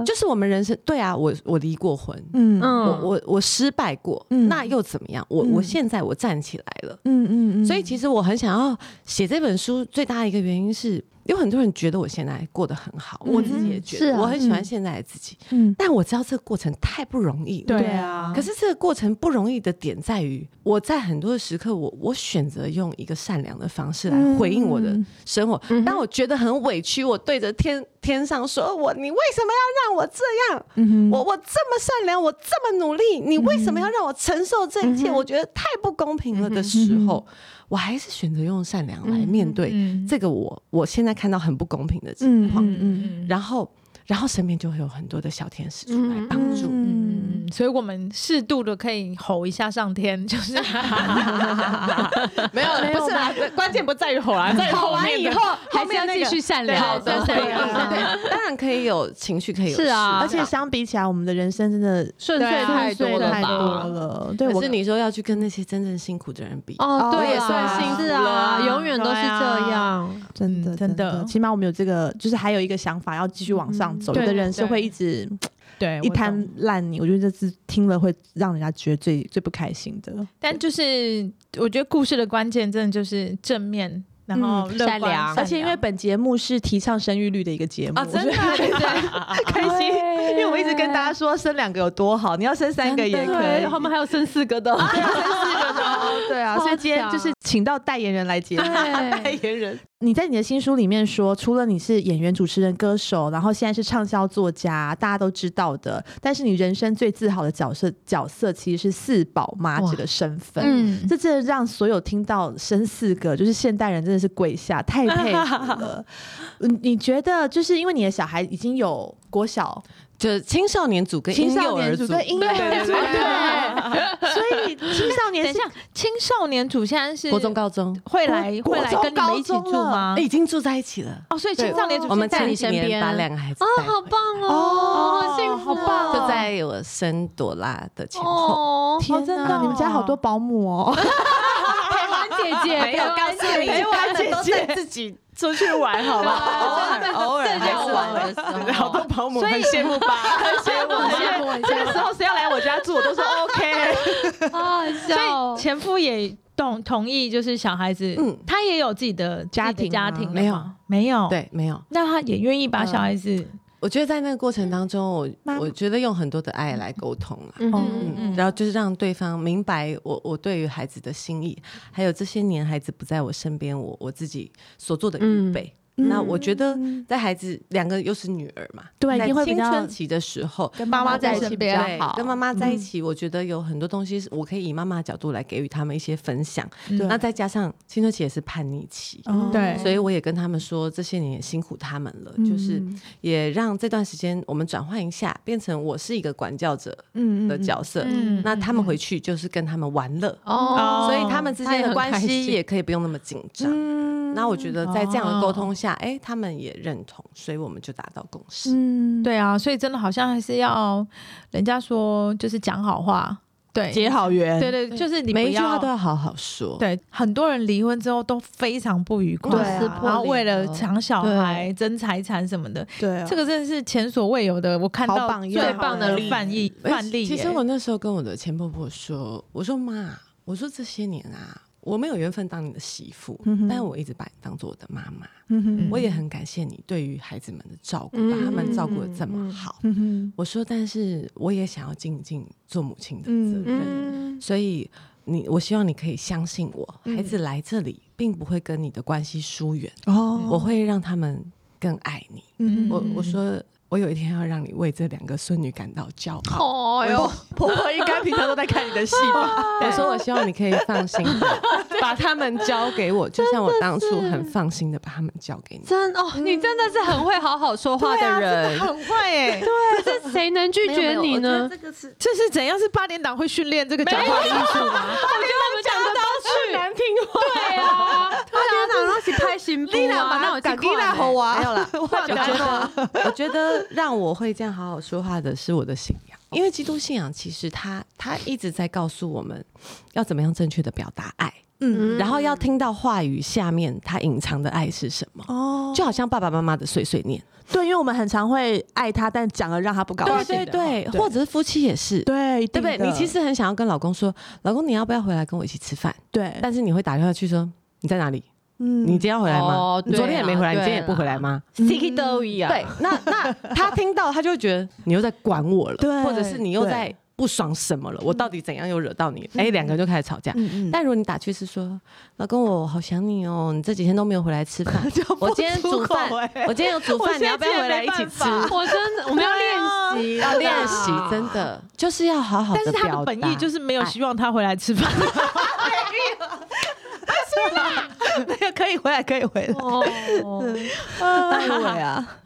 就是我们人生对啊，我我离过婚，嗯嗯嗯我我我失败过，嗯那又怎么样？我嗯我现在我站起来了，嗯嗯，所以其实我很想要写这本书，最大的一个原因是有很多人觉得我现在过得很好，我自己也觉是得啊我很喜欢嗯现在的自己，嗯但我知道这个过程太不容易了。对啊可是这个过程不容易的点在于，我在很多的时刻我，我选择用一个善良的方式来回应我的嗯生活。嗯哼当我觉得很委屈，我对着天天上说我，你为什么要让我这样？嗯我我这么善良，我这么努力，你为什么要让我承受这一切？我觉得太不公平了的时候，我还是选择用善良来面对嗯这个我我现在看到很不公平的情嗯况。嗯嗯嗯，然后，然后身边就会有很多的小天使出来帮助。嗯嗯，所以我们适度的可以吼一下上天， 就是没有，不啊是啦，关键不在于吼嗯啦，在于吼完以后，后面那个善对好对的，对嗯对，当然可以有情绪，可以有是啊而且相比起来，我们的人生真的顺遂对啊太多了吧？太多了。对，可我是你说要去跟那些真正辛苦的人比，哦，哦对也啊算幸是福了啊，啊永远都是对啊这样。真的嗯真的起码我们有这个，就是还有一个想法要继续往上走。嗯有的对人是对会一直对一滩烂泥，我觉得这是听了会让人家觉得最最不开心的。但就是我觉得故事的关键真的就是正面，然后乐嗯观善良而且因为本节目是提倡生育率的一个节目，啊我觉真得的啊非常 开心，因为我一直跟大家说生两个有多好，你要生三个也可以。们还有生四个 的，对啊，所以今天就是请到代言人来 节目。对，言人你在你的新书里面说，除了你是演员、主持人、歌手，然后现在是畅销作家，大家都知道的，但是你人生最自豪的角色角色其实是四宝妈这个身份。嗯，这真的让所有听到生四个，就是现代人真的是跪下，太佩服 了。嗯你觉得就是因为你的小孩已经有国小、就是青少年组跟青婴少幼年儿组组，跟婴幼儿组，对，所以青少等年一是下，青少年组现在是国中、高中，会来国会来跟你们一起国中住高中吗哎？已经住在一起了。啊哦，所以青少年组我们是在前你几身年边把两个孩子哦，带回好哦棒哦，好幸福，好棒就在我生朵拉的前 后，哦，天真哪，的你们家好多保姆哦。台湾姐姐， 没有告诉你，陪玩姐姐都是自己出去玩，好吧？偶尔偶尔还是玩的时候，好多保姆很羡慕吧？ 很羡慕，很羡慕很羡慕这个时候谁要来我家住，我都说 OK。好好笑所以。前夫也同同意，就是小孩子，嗯他也有自己的家自己庭的家吗庭了没有吗，没有，，对，没有。那他也愿意嗯把小孩子，我觉得在那个过程当中，我妈我觉得用很多的爱来沟通啦。嗯嗯嗯，然后就是让对方明白我我对于孩子的心意，还有这些年孩子不在我身边，我我自己所做的预备。那我觉得在孩子两个又是女儿嘛，对在一定会比青较春期的时候，跟妈妈在一起比较嗯对，跟妈妈在一起，我觉得有很多东西是我可以以妈妈的角度来给予他们一些分享。嗯对那再加上青春期也是叛逆期，哦对所以我也跟他们说，这些年也辛苦他们了，就是嗯也让这段时间我们转换一下，变成我是一个管教者嗯的角色。嗯那他们回去就是跟他们玩乐，哦，所以他们之间的关他也很开系心也可以不用那么紧张。嗯那我觉得在这样的沟通哦下，哎，他们也认同，所以我们就达到共识。嗯，对啊，所以真的好像还是要人家说就是讲好话，对结好缘，对对，就是你不每一句话要都要好好说。对，很多人离婚之后都非常不愉快对啊撕啊，破然后为了脸了抢小孩、争财产什么的，对啊这个真的是前所未有的，我看到好榜样最棒的范例哎范例耶。其实我那时候跟我的前婆婆说，我说妈，我说这些年啊，我没有缘分当你的媳妇，嗯哼但我一直把你当做我的妈妈，嗯哼我也很感谢你对于孩子们的照顾，嗯把他们照顾的这么好。嗯哼我说，但是我也想要尽尽做母亲的责任，嗯，所以你，我希望你可以相信我，孩子来这里并不会跟你的关系疏远，嗯哦我会让他们更爱你。嗯我我说，我有一天要让你为这两个孙女感到骄傲。哦哟，婆婆应该平常都在看你的戏吧？我说我希望你可以放心 的把他们交给我，就像我当初很放心的把他们交给你。真哦，嗯你真的是很会好好说话对啊的真人，很坏哎、可是谁能拒绝你呢？这个是这是怎样？是八点档会训练这个讲话的艺术吗？我觉得我们讲的都去，难听话。对啊，对啊，然后去 拍新布啊，那我去看欸啊嗯没有啦，我觉得，我觉得让我会这样好好说话的是我的信仰，因为基督信仰其实它它一直在告诉我们要怎么样正确的表达爱，嗯嗯然后要听到话语下面它隐藏的爱是什么，哦，就好像爸爸妈妈的碎碎念，对，因为我们很常会爱他，但讲了让他不高兴的话，或者是夫妻也是，对对不对？一定的你其实很想要跟老公说，老公你要不要回来跟我一起吃饭？对，但是你会打电话去说你在哪里？嗯你今天要回来吗？哦你昨对天啊也没回来，你今天也对不回来 吗？ ，Sticky 都一样，对，那那他听到他就会觉得你又在管我了，对或者是你又对在不爽什么了，我到底怎样又惹到你？哎、两个人就开始吵架。嗯 嗯，但如果你打去是说，老公我好想你哦，你这几天都没有回来吃 饭，我今天煮饭，我今天有煮欸我饭，你现要不在要竟然回来没一起办吃？法我真的我们要练习，要练 习，真的就是要好好 但是地他的表本达意就是没有希望他回来 吃饭。 啊没有，可以回来，可以回来，哦，对 啊，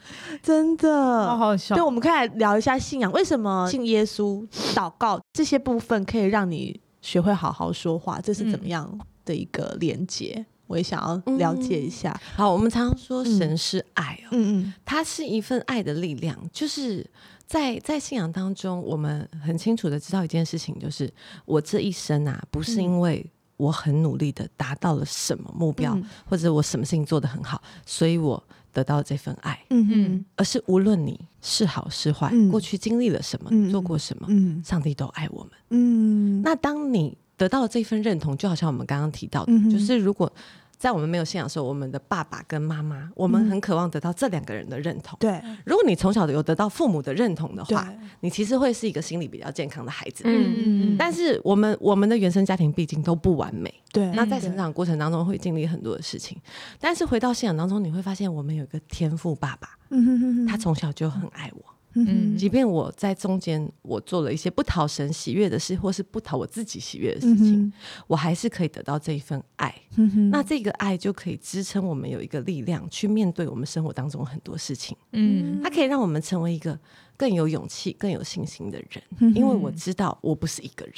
真的，好好笑对，。我们可以来聊一下信仰，为什么信耶稣、祷告这些部分可以让你学会好好说话？这嗯是怎么样的一个连接？我也想要了解一下。好。我们常常说嗯神是爱哦，嗯嗯，它是一份爱的力量，就是在在信仰当中，我们很清楚的知道一件事情，就是我这一生啊，不是嗯因为我很努力的达到了什么目标，嗯或者我什么事情做得很好，所以我得到这份爱，嗯嗯而是无论你是好是坏，嗯过去经历了什么，嗯你做过什么，嗯上帝都爱我们。嗯，那当你得到了这份认同，就好像我们刚刚提到的，嗯哼就是如果在我们没有信仰的时候，我们的爸爸跟妈妈，我嗯们很渴望得到这两个人的认同。对如果你从小有得到父母的认同的对话，你其实会是一个心理比较健康的孩子。嗯但是我们我们的原生家庭毕竟都不完美，对，那在成长过程当中会经历很多的事情，但是回到信仰当中，你会发现我们有一个天赋爸爸，嗯他从小就很爱我。嗯即便我在中间我做了一些不讨神喜悦的事，或是不讨我自己喜悦的事情，我还是可以得到这一份爱。嗯那这个爱就可以支撑我们有一个力量去面对我们生活当中很多事情，嗯它可以让我们成为一个更有勇气、更有信心的人。嗯因为我知道我不是一个人。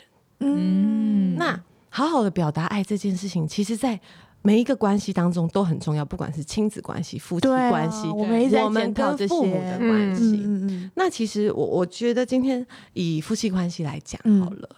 嗯那好好的表达爱这件事情，其实在每一个关系当中都很重要，不管是亲子关系、夫妻对啊关系，我们一直在我们检讨这跟些父母的关系。嗯嗯那其实我我觉得今天以夫妻关系来讲嗯好了，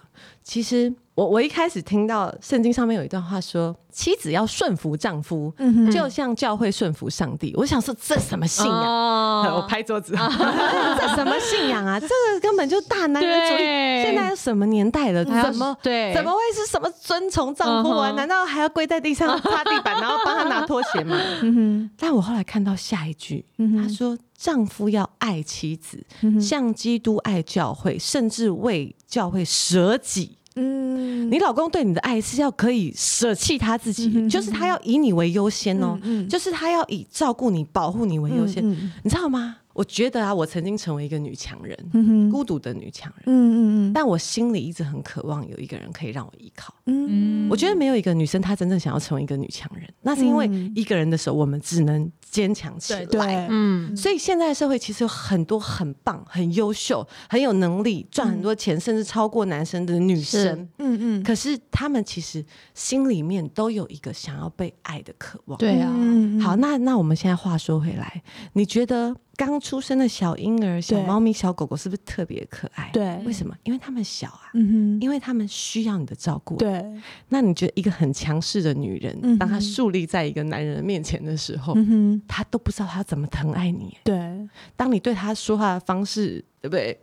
其实我我一开始听到圣经上面有一段话说，妻子要顺服丈夫，嗯哼就像教会顺服上帝。我想说这什么信啊仰？我哦，拍桌子， 这什么信仰啊？这个根本就大男人主义。对，现在什么年代了？嗯还要怎么对怎么会是什么遵从丈夫啊？嗯哼难道还要跪在地上擦地板，然后帮他拿拖鞋 吗？嗯哼但我后来看到下一句，嗯哼他说：“丈夫要爱妻子，嗯哼像基督爱教会，甚至为教会舍己。嗯你老公对你的爱是要可以舍弃他自己，嗯哼就是他要以你为优先哦，嗯嗯嗯就是他要以照顾你、保护你为优先。你知道吗？我觉得啊，我曾经成为一个女强人，嗯哼孤独的女强人，嗯嗯但我心里一直很渴望有一个人可以让我依靠。嗯嗯我觉得没有一个女生她真正想要成为一个女强人，那是因为嗯一个人的时候，我们只能坚强起来。对嗯，所以现在的社会其实有很多很棒、很优秀、很有能力、赚很多钱，甚至超过男生的女生。嗯嗯嗯可是他们其实心里面都有一个想要被爱的渴望。，对啊，嗯好，那那我们现在话说回来，你觉得刚出生的小婴儿、小对猫咪、小狗狗是不是特别可爱？，对，为什么？因为他们小啊，嗯哼，因为他们需要你的照顾。，对，那你觉得一个很强势的女人，嗯当她哼树立在一个男人的面前的时候，嗯哼，她都不知道她怎么疼爱你。对，当你对她说话的方式，对不对？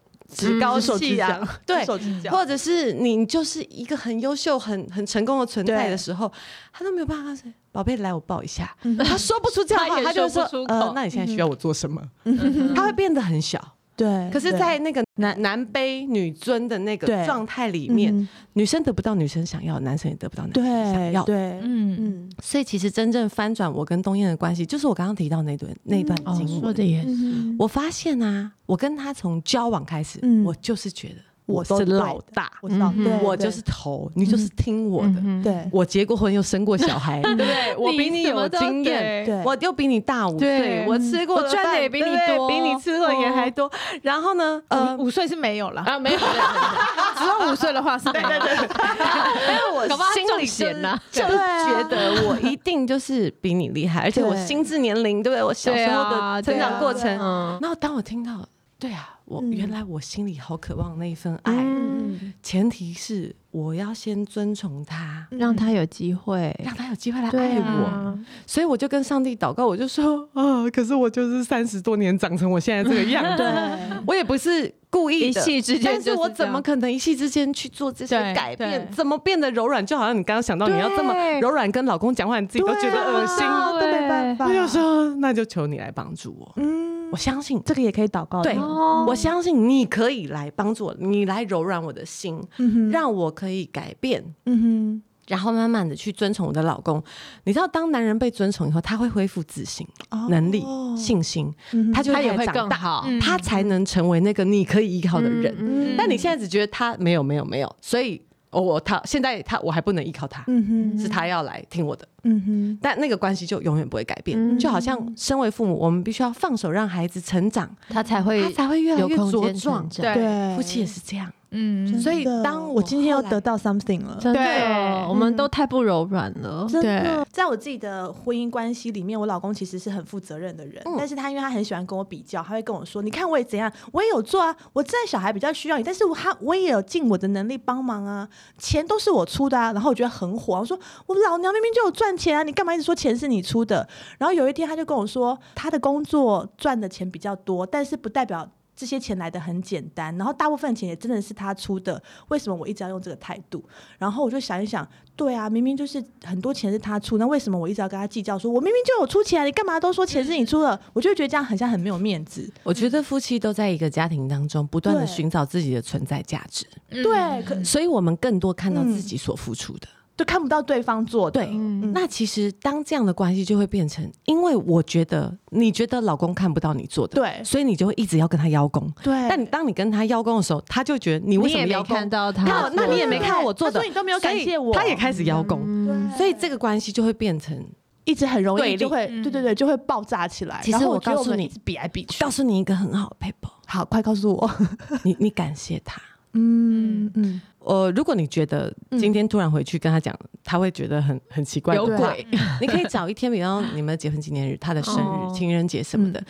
嗯趾高气扬，对，指或者是你就是一个很优秀、很很成功的存在的时候，他都没有办法说。宝贝，来我抱一下。嗯 他说不出嗯这样的他话，也他就会说说不出：“口呃，那你现在需要我做什么？”他会变得很小。对。可是，在那个男男卑女尊的那对个状态里里面，，女生得不到女生想要，男生也得不到男生想对要。对，嗯，嗯所以，其实真正翻转我跟东燕的关系，就是我刚刚提到那段那段哦经，说文。的也是，嗯，我发现啊，我跟他从交往开始嗯，我就是觉得我我都是对老大，我知道，嗯对我对就是头，你就是听我的。嗯对我结过婚又生过小孩，对不 对？我比你什么有都经验，对，我又比你大五对岁，我吃过我赚的饭也比你对不对多哦比你吃过的也还多。然后呢，呃呃，，五岁是没有了，啊，没有， 只有五岁的话是没有的，但是呃 我搞不好他心中里闲了了，就是对啊觉得我一定就是比你厉害，而且我对心智年龄，对不对？我小时候对啊的对成啊长过对程，嗯，然后当我听到，对啊，我嗯原来我心里好渴望那一份爱，嗯前提是我要先遵从他，让他有机会，让他有机会来对爱我。啊，所以我就跟上帝祷告，我就说啊，可是我就是三十多年长成我现在这个样子，对， 我也不是故意一的。夕之间，但是我怎么？可能一夕之间去做这些对改变？对怎么变得柔软？就好像你刚刚想到你要这么对柔软跟老公讲话，你自己都觉得恶心。都没办法，我就说，那就求你来帮助我。嗯我，相信这个也可以祷告的，对哦，我相信你可以来帮助我，你来柔软我的心，嗯哼，让我可以改变，嗯然后慢慢的去遵从我的老公。你知道，当男人被遵从以后，他会恢复自信、哼，哦能力、信心，嗯哼他就他也开会始长更大，好，嗯他才能成为那个你可以依靠的人。嗯但你现在只觉得他没有没有没有，所以哦我他现在他我还不能依靠他，嗯哼，是他要来听我的，嗯哼，但那个关系就永远不会改变。嗯就好像身为父母，我们必须要放手让孩子成长，他才会他才会越来有越空茁间壮成。长，对，夫妻也是这样。嗯真所以的当我我今天要后来得到 something 了，真对的，我嗯们都太不柔软了，真的对，在我自己的婚姻关系里面，我老公其实是很负责任的人，嗯但是他因为他很喜欢跟我比较，他会跟我说：“你看我也怎样，我也有做啊，我知道小孩比较需要你，但是我他我也有尽我的能力帮忙啊，钱都是我出的啊。”然后我觉得很火，我说：“我老娘明明就有赚钱啊，你干嘛一直说钱是你出的？”然后有一天他就跟我说，他的工作赚的钱比较多，但是不代表。这些钱来的很简单，然后大部分钱也真的是他出的，为什么我一直要用这个态度？然后我就想一想，对啊，明明就是很多钱是他出，那为什么我一直要跟他计较说我明明就有出钱啊、你干嘛都说钱是你出的？我就会觉得这样很像很没有面子。我觉得夫妻都在一个家庭当中不断的对寻找自己的存在价值，对，嗯可所以我们更多看到自己所付出的。就看不到对方做的。对，那其实当这样的关系就会变成，因为我觉得你觉得老公看不到你做的，对所以你就会一直要跟他邀功。对，但你当你跟他邀功的时候，他就觉得哎你为你什也么邀没看功？到他那做我的，那你也没看我做的所以，你都没有感所以谢我，他也开始邀功，对，嗯所以这个关系就会变成。一直很容对易立就会，对对对，就会爆炸起来。其实然后我觉得告诉们你一直比来比去告，诉你一个很好的 paper， 好，快告诉我。你你感谢他。嗯嗯，呃，如果你觉得今天突然回去跟他讲，他会觉得很很奇怪，有对吧鬼， 你可以找一天，比方你们结婚纪念日、他的生哦日、情人节什么的。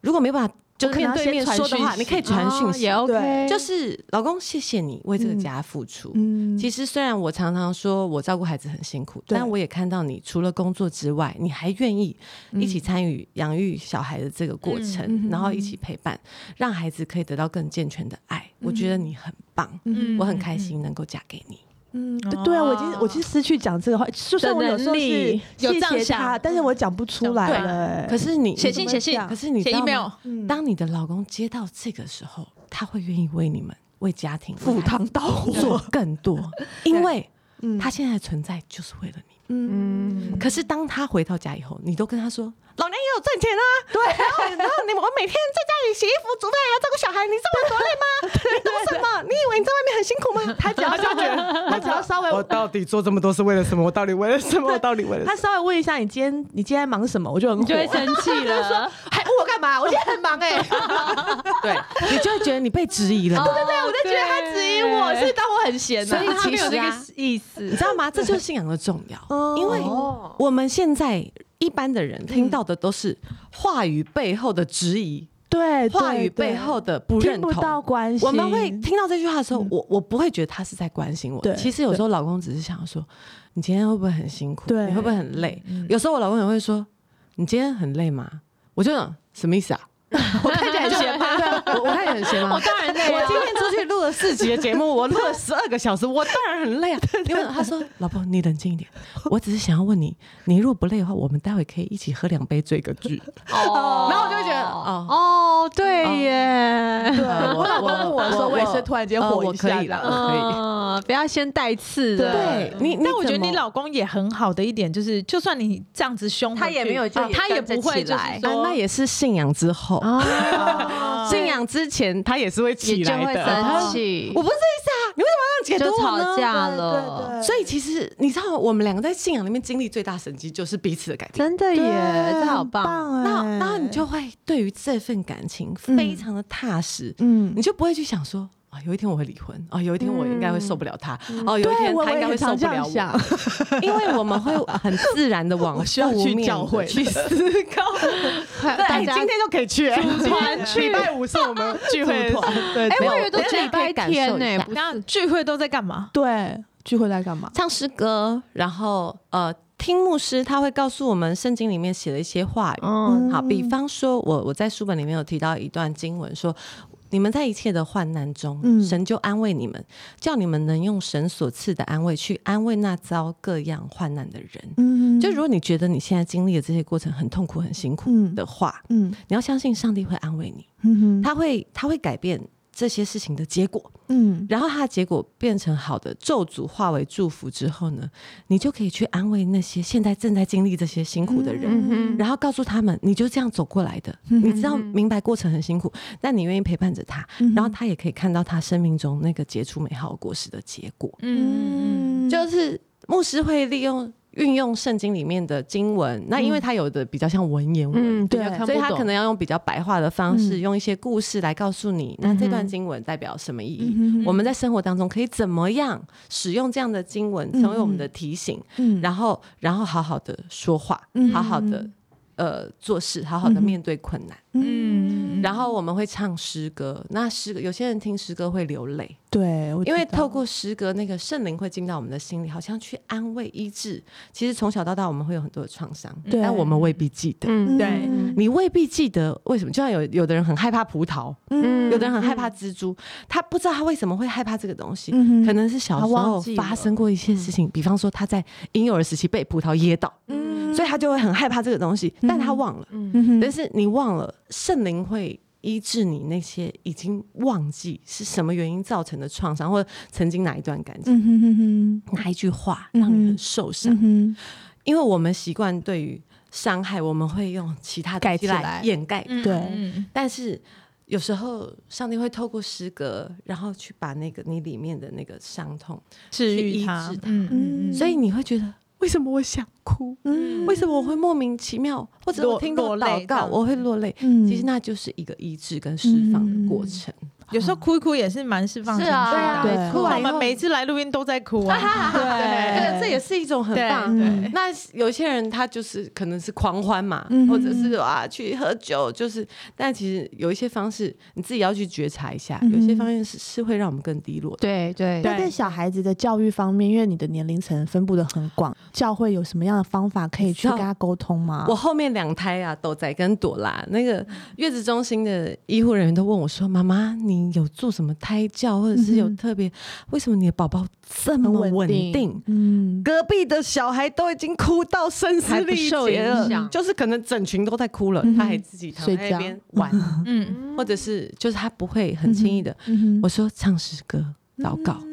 如果没办法，就是嗯面对面说的话，你可以传讯哦息也，OK，对就是老公，谢谢你为这个家付出。嗯，其实实虽然我常常说我照顾孩子很辛苦，对但我也看到你除了工作之外，你还愿意嗯一起参与养育小孩的这个过程，嗯嗯然后一起陪伴，让孩子可以得到更健全的爱。我觉得你很棒，嗯我很开心能够嫁给你。嗯，对对啊，我已经我其实失去讲这个话，就算我有时候的能是力有谢这样谢他，想但是我讲不出来对了。可是你写信写信怎么讲可是你写知道吗 email，嗯当你的老公接到这个时候，他会愿意为你们、为家庭、赴汤蹈为孩子做火，更 多，因为 嗯他现在的存在就是为了你。嗯，可是当他回到家以后，你都跟他说：“老娘也有赚钱啊，对，然后然后你我每天在家里洗衣服、煮饭，啊还要照顾小孩，你知道我多累 吗？你懂什么？你以为你在外面很辛苦 吗？”他只要稍微，他只要稍微，到底做这么多是为了什么？我到底为了什么？我到底为了他稍微问一下你今 天你今天忙什么，我就很火，你就会生气 了，还问我干嘛？我今天很忙哎，对，你就会觉得你被质疑了。对对，我就觉得他质疑我是当我很闲所以他没有这啊个 意你思，知道吗？这就是信仰的重要哦，因为我们现在一般的人听到的都是话语背后的质疑。对，话对语背对后的不认听同不。到关心，我们会听到这句话的时嗯候，我我不会觉得他是在关心我对。其实有时候老公只是想说，你今天会不会很辛苦？对你会不会很累？嗯有时候我老公也会说，你今天很累吗？我就想什么意思啊？我 看起来很闲吗？对啊，我我看起来很闲吗？我当然累、啊我今天出去录了四集的节目，我录了十二个小时，我当然很累啊。因为他说，老婆你冷静一点，我只是想要问你，你如果不累的话，我们待会可以一起喝两杯追个剧。哦然后我就会觉得哦哦，对耶，对，呃我老公问我的时候，我也是突然间呃火我一可下以啦的。可以嗯，不要先带刺的，对你，但我觉得怎么你老公也很好的一点就是，就算你这样子凶回去，他也没有就啊也他也跟着不会起就是来说，啊，那也是信仰之后，啊 信仰之前他也是会也起就来会的。生气，我不是这意思啊，你为什么要这样就解读我吵呢？架了，所以其实你知道，我们两个在信仰里面经历最大神迹就是彼此的改变。真的对耶，这好很棒，棒啊那哎那你就会对于这份感情非常的踏实，嗯你。就不会去想说啊，有一天我会离婚啊，有一天我应该会受不了他，哦，有一对，天我他我应也该会很受常不这了样我。想，因为我们会很自然的往需要负去面教的会去思考。大 对，家今天就可以去欸，团去礼拜五是我们聚会的团，对，哎，没有我以为都大家是礼可以拜感受天一呢，下不那是聚会都在干嘛？对，聚会在干嘛？唱诗歌，然后呃，听牧师他会告诉我们圣经里面写的一些话语。嗯，好，比方说，我我在书本里面有提到一段经文说。你们在一切的患难中，嗯神就安慰你们，叫你们能用神所赐的安慰去安慰那遭各样患难的人。嗯，就如果你觉得你现在经历的这些过程很痛苦、很辛苦嗯的话，嗯你要相信上帝会安慰你，嗯他会他会改变这些事情的结果。嗯然后它的结果变成好的咒诅化为祝福之后呢，你就可以去安慰那些现在正在经历这些辛苦的人，嗯哼，然后告诉他们，你就这样走过来的。你知道明白过程很辛苦，但你愿意陪伴着他，嗯然后他也可以看到他生命中那个结出美好果实的结果。嗯嗯嗯，就是牧师会利用运用圣经里面的经文，那因为他有的比较像文言文，嗯，对比较看所以不他懂可能要用比较白话的方式，嗯用一些故事来告诉你，那这嗯段经文代表什么意义？嗯哼我们在生活当中可以怎么样使用这样的经文，嗯成为我们的提醒，嗯然后然后好好的说话，嗯好好的呃做事，好好的嗯哼面对困难。嗯然后我们会唱诗歌，那诗歌有些人听诗歌会流泪，对，我因为知道透过诗歌，那个圣灵会进到我们的心里，好像去安慰医治。其实从小到大我们会有很多的创伤，对但我们未必记得。嗯对嗯你未必记得为什么，就像有有的人很害怕葡萄，嗯有的人很害怕蜘蛛，他不知道他为什么会害怕这个东西，嗯哼可能是小时他候忘记了发生过一些事情，比方说他在婴幼儿时期被葡萄噎到，嗯所以他就会很害怕这个东西，但他忘了。嗯哼但是你忘了，圣灵会医治你那些已经忘记是什么原因造成的创伤，或者曾经哪一段感情、嗯哼哼哼哪一句话嗯让你很哼受伤，嗯哼因为我们习惯对于伤害，我们会用其他东盖西起来来掩盖嗯对嗯但是有时候上帝会透过诗歌，然后去把那个你里面的那个伤痛治去愈医他治它，嗯嗯嗯，所以你会觉得为什么我想哭？嗯为什么我会莫名其妙，或者我落听到落泪祷这告样子我会落泪？嗯其实那就是一个医治跟释放的过程。有时候哭一哭也是蛮释放是情绪啊的。对哭哭完完我以们后每一次来录音都在哭啊，对，这也是一种很棒。嗯对那有些人他就是可能是狂欢嘛，嗯或者是啊去喝酒，就是，但其实有一些方式你自己要去觉察一下，嗯有些方面是是会让我们更低落的。对对啊那在小孩子的教育方面，因为你的年龄层分布的很广，教会有什么样的方法可以去你知道跟他沟通吗？我后面两胎啊，斗仔跟朵拉，那个月子中心的医护人员都问我说：“妈妈，你有做什么胎教，或者是有嗯哼特别？为什么你的宝宝这么很稳稳定定？”嗯，隔壁的小孩都已经哭到声还嘶不力受竭影了，响就是可能整群都在哭了，嗯哼他还自己躺在睡那觉边玩，嗯，或者是就是他不会很轻易的。嗯哼我说唱诗歌、祷告，嗯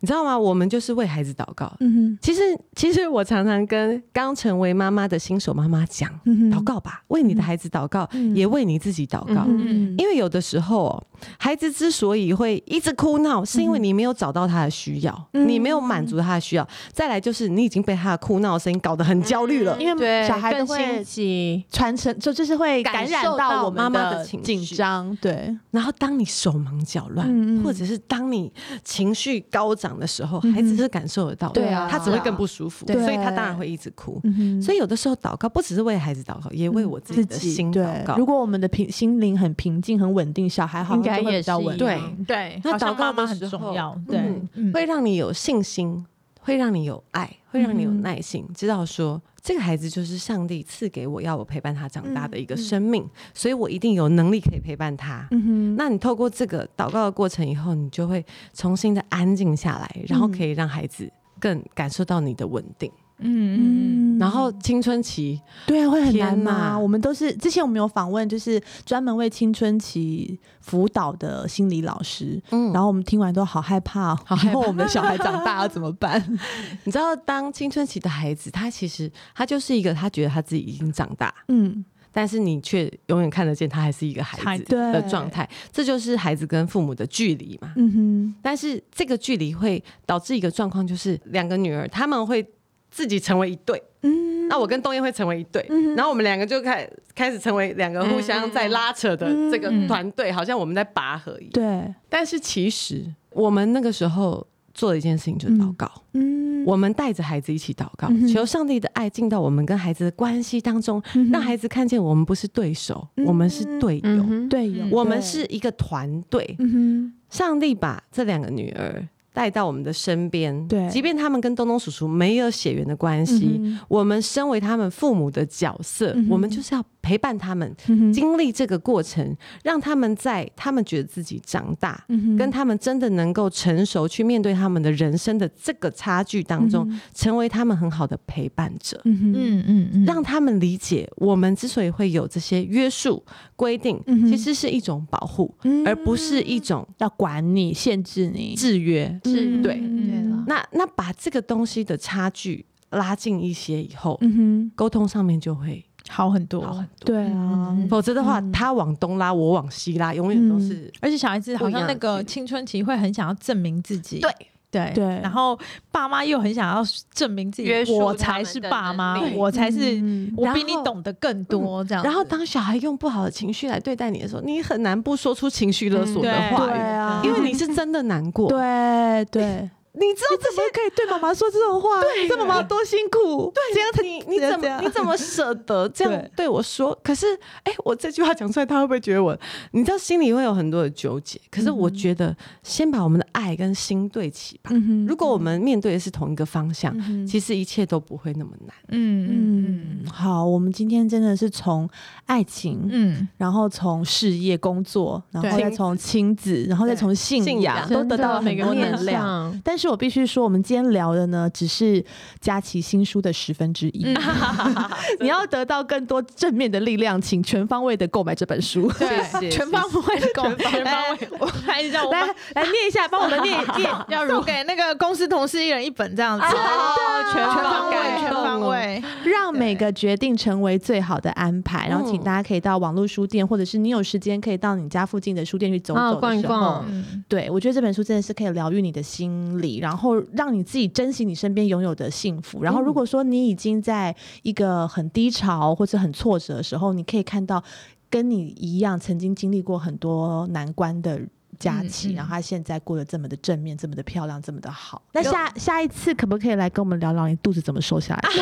你知道吗？我们就是为孩子祷告。嗯其实，其实我常常跟刚成为妈妈的新手妈妈讲，哼祷告吧，为你的孩子祷告，嗯也为你自己祷告。嗯嗯因为有的时候、哦，孩子之所以会一直哭闹，是嗯因为你没有找到他的需要，你没有满足他的需要。再来就是你已经被他的哭闹声音搞得很焦虑了，因为对，小孩都更心会急，传承，就就是会感染到我感受到妈们妈的情绪紧张，对，然后当你手忙脚乱，嗯嗯或者是当你情绪高涨的时候，嗯哼孩子是感受得到的，对啊他只会更不舒服，对啊所以他当然会一直哭。嗯哼所以有的时候祷告不只是为孩子祷告，也为我自己的心祷告对。如果我们的平心灵很平静、很稳定，小孩好应像该就会也比较是稳一定。对样对，那好像祷告妈妈的很时重候要，对，嗯会让你有信心，会让你有爱，会让你有嗯哼耐心，知道说这个孩子就是上帝赐给我，要我陪伴他长大的一个生命，所以我一定有能力可以陪伴他。嗯哼，那你透过这个祷告的过程以后，你就会重新的安静下来，然后可嗯以让孩子更感受到你的稳定。嗯嗯嗯，然后青春期，对啊，会很难天吗？哪我们都是之前我们有访问，就是专门为青春期辅导的心理老师，嗯然后我们听完都好害怕哦，以后我们的小孩长大要怎么 办？你知道，当青春期的孩子，他其实他就是一个他觉得他自己已经长大，嗯，但是你却永远看得见他还是一个孩孩子子的对状态，这就是孩子跟父母的距离嘛。嗯哼，但是这个距离会导致一个状况，就是两个女儿她们会自己成为一对，嗯，那我跟东燕会成为一对，然后我们两个就开开始成为两个互相在拉扯的这个团队，好像我们在拔河一样。嗯对，但是其实我们那个时候做的一件事情就是祷告，嗯，我们带着孩子一起祷告，嗯哼求上帝的爱进到我们跟孩子的关系当中，嗯哼让孩子看见我们不是对手，嗯我们是队友。嗯哼，对，嗯我们是一个团队，嗯上帝把这两个女儿带到我们的身边，对即便他们跟东东叔叔没有血缘的关哼，系，嗯哼我们身为他们父母的角色，嗯哼我们就是要陪伴他们嗯哼经历这个过程，让他们在他们觉得自己长大。嗯哼跟他们真的能够成熟去面对他们的人生的这个差距当中，，成为他们很好的陪伴者，嗯哼，嗯嗯嗯嗯，让他们理解我们之所以会有这些约束规定，嗯哼其实是一种保护，嗯哼而不是一种要管你、限制你，制约。嗯对对了那那把这个东西的差距拉近一些以后，嗯哼，沟通上面就会好很好多很，多。对啊，嗯否则的话，嗯他往东拉，我往西拉，永远都是而且小孩子不好一样像的那个距青春期会很想要证明自己，对对对然后爸妈又很想要证明自己约，束我他才们是的爸能妈，力我才是嗯我然比你后懂得更多这样子。然后当小孩用不好的情绪来对待你的时候，你很难不说出情绪勒索的嗯话对语，啊，因为你是真的难过。对对，你知道怎么可以对妈妈说这种话？对，这妈妈多辛苦。对，这样这你你这怎样这么样你怎么舍得这样对对我说？可是哎、我这句话讲出来，他会不会觉得我？你知道心里会有很多的纠结。可是我觉得，先把我们的爱跟心对齐吧。嗯哼如果我们面对的是同一个方向，嗯其实一切都不会那么难。嗯嗯，好，我们今天真的是从爱情，嗯然后从事业工作，然后对再从亲子，然后再从信信啊仰，仰都得到了每很个多面能量。向，啊但是我必须说，我们今天聊的呢，只是佳琪新书的十分之一。嗯 你要得到更多正面的力量，请全方位的购买这本书。对，谢全谢方位的广，全方位， 我还是让我来来把念一下，帮我们 念念。要送给那个公司同事一人一本这样子，哦全全方方位位，全方位，让每个决定成为最好的安排。然后，请嗯大家可以到网络书店，或者是你有时间可以到你家附近的书店去走走、啊逛一逛嗯对，我觉得这本书真的是可以疗愈你的心理，然后让你自己珍惜你身边拥有的幸福。然后，如果说你已经在一个很低潮或者很挫折的时候，你可以看到跟你一样曾经经历过很多难关的。佳琪，嗯嗯然后她现在过得这么的正面，这么的漂亮，这么的好。那下下一次可不可以来跟我们聊聊你肚子怎么瘦下来的？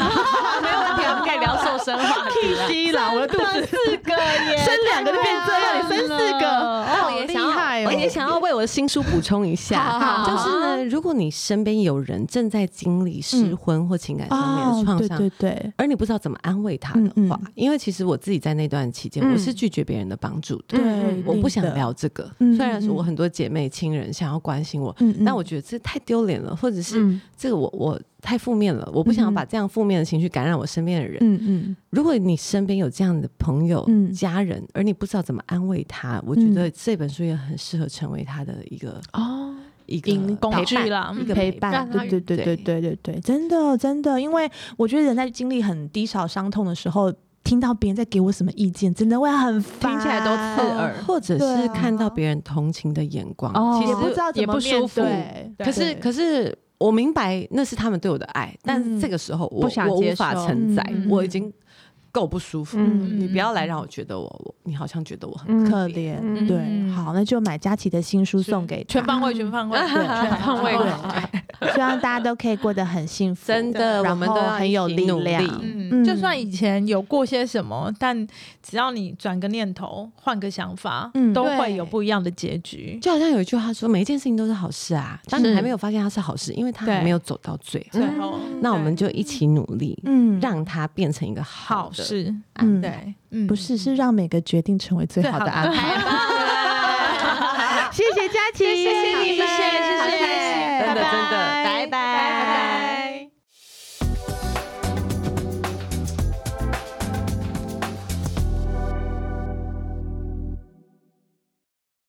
没有啊问题，我们可以聊瘦身话题了。嗯吸啦，我的肚 子四个耶，生两个就变这样，你生四个，好我也厉想要哎害哦我！也想要为我的新书补充一好好下，好就是呢，如果你身边有人正在经历失婚或情感啊上面的创嗯啊哦对伤，对对，而你不知道怎么安慰他的嗯话嗯，因为其实我自己在那段期间，嗯我是拒绝别人的帮助的，对，我不想，聊这个。嗯虽然说我嗯很多姐妹亲人想要关心我，嗯但我觉得这太丢脸了，或者是嗯，这个我我太负面了，我不想嗯把这样负面的情绪感染我身边的人。嗯嗯如果你身边有这样的朋友、嗯家人，而你不知道怎么安慰他，我觉得这本书也很适合成为他的一个哦，一个引工陪具伴啦一个陪让伴，他对对对对对对对，真的真的，因为我觉得人在经历很低潮伤痛的时候。听到别人在给我什么意见，真的会很烦，听起来都刺耳或者对是啊看到别人同情的眼光，哦其也实不知道怎也么不舒面服对。对可是可是我明白那是他们对我的爱，但是这个时候我不想我无接法受承载嗯，我已经够不舒服了，嗯你不要来让我觉得我我你好像觉得我很嗯可怜，嗯对，好，那就买佳琪的新书送给全他，方位，嗯全方位，对全方位希望大家都可以过得很幸福，真的，然我们都后要很有一起力努力量嗯嗯，就算以前有过些什么，但只要你转个念头，换个想法，嗯都会有不一样的结局。就好像有一句话说，每一件事情都是好事啊，当你还没有发现它是好事，因为它还对没有走到最后，最后，那我们就一起努力，嗯，让它变成一个好好的。事，嗯，对，嗯，不是是让每个决定成为最好的安排。排。谢谢佳琪，谢谢你们。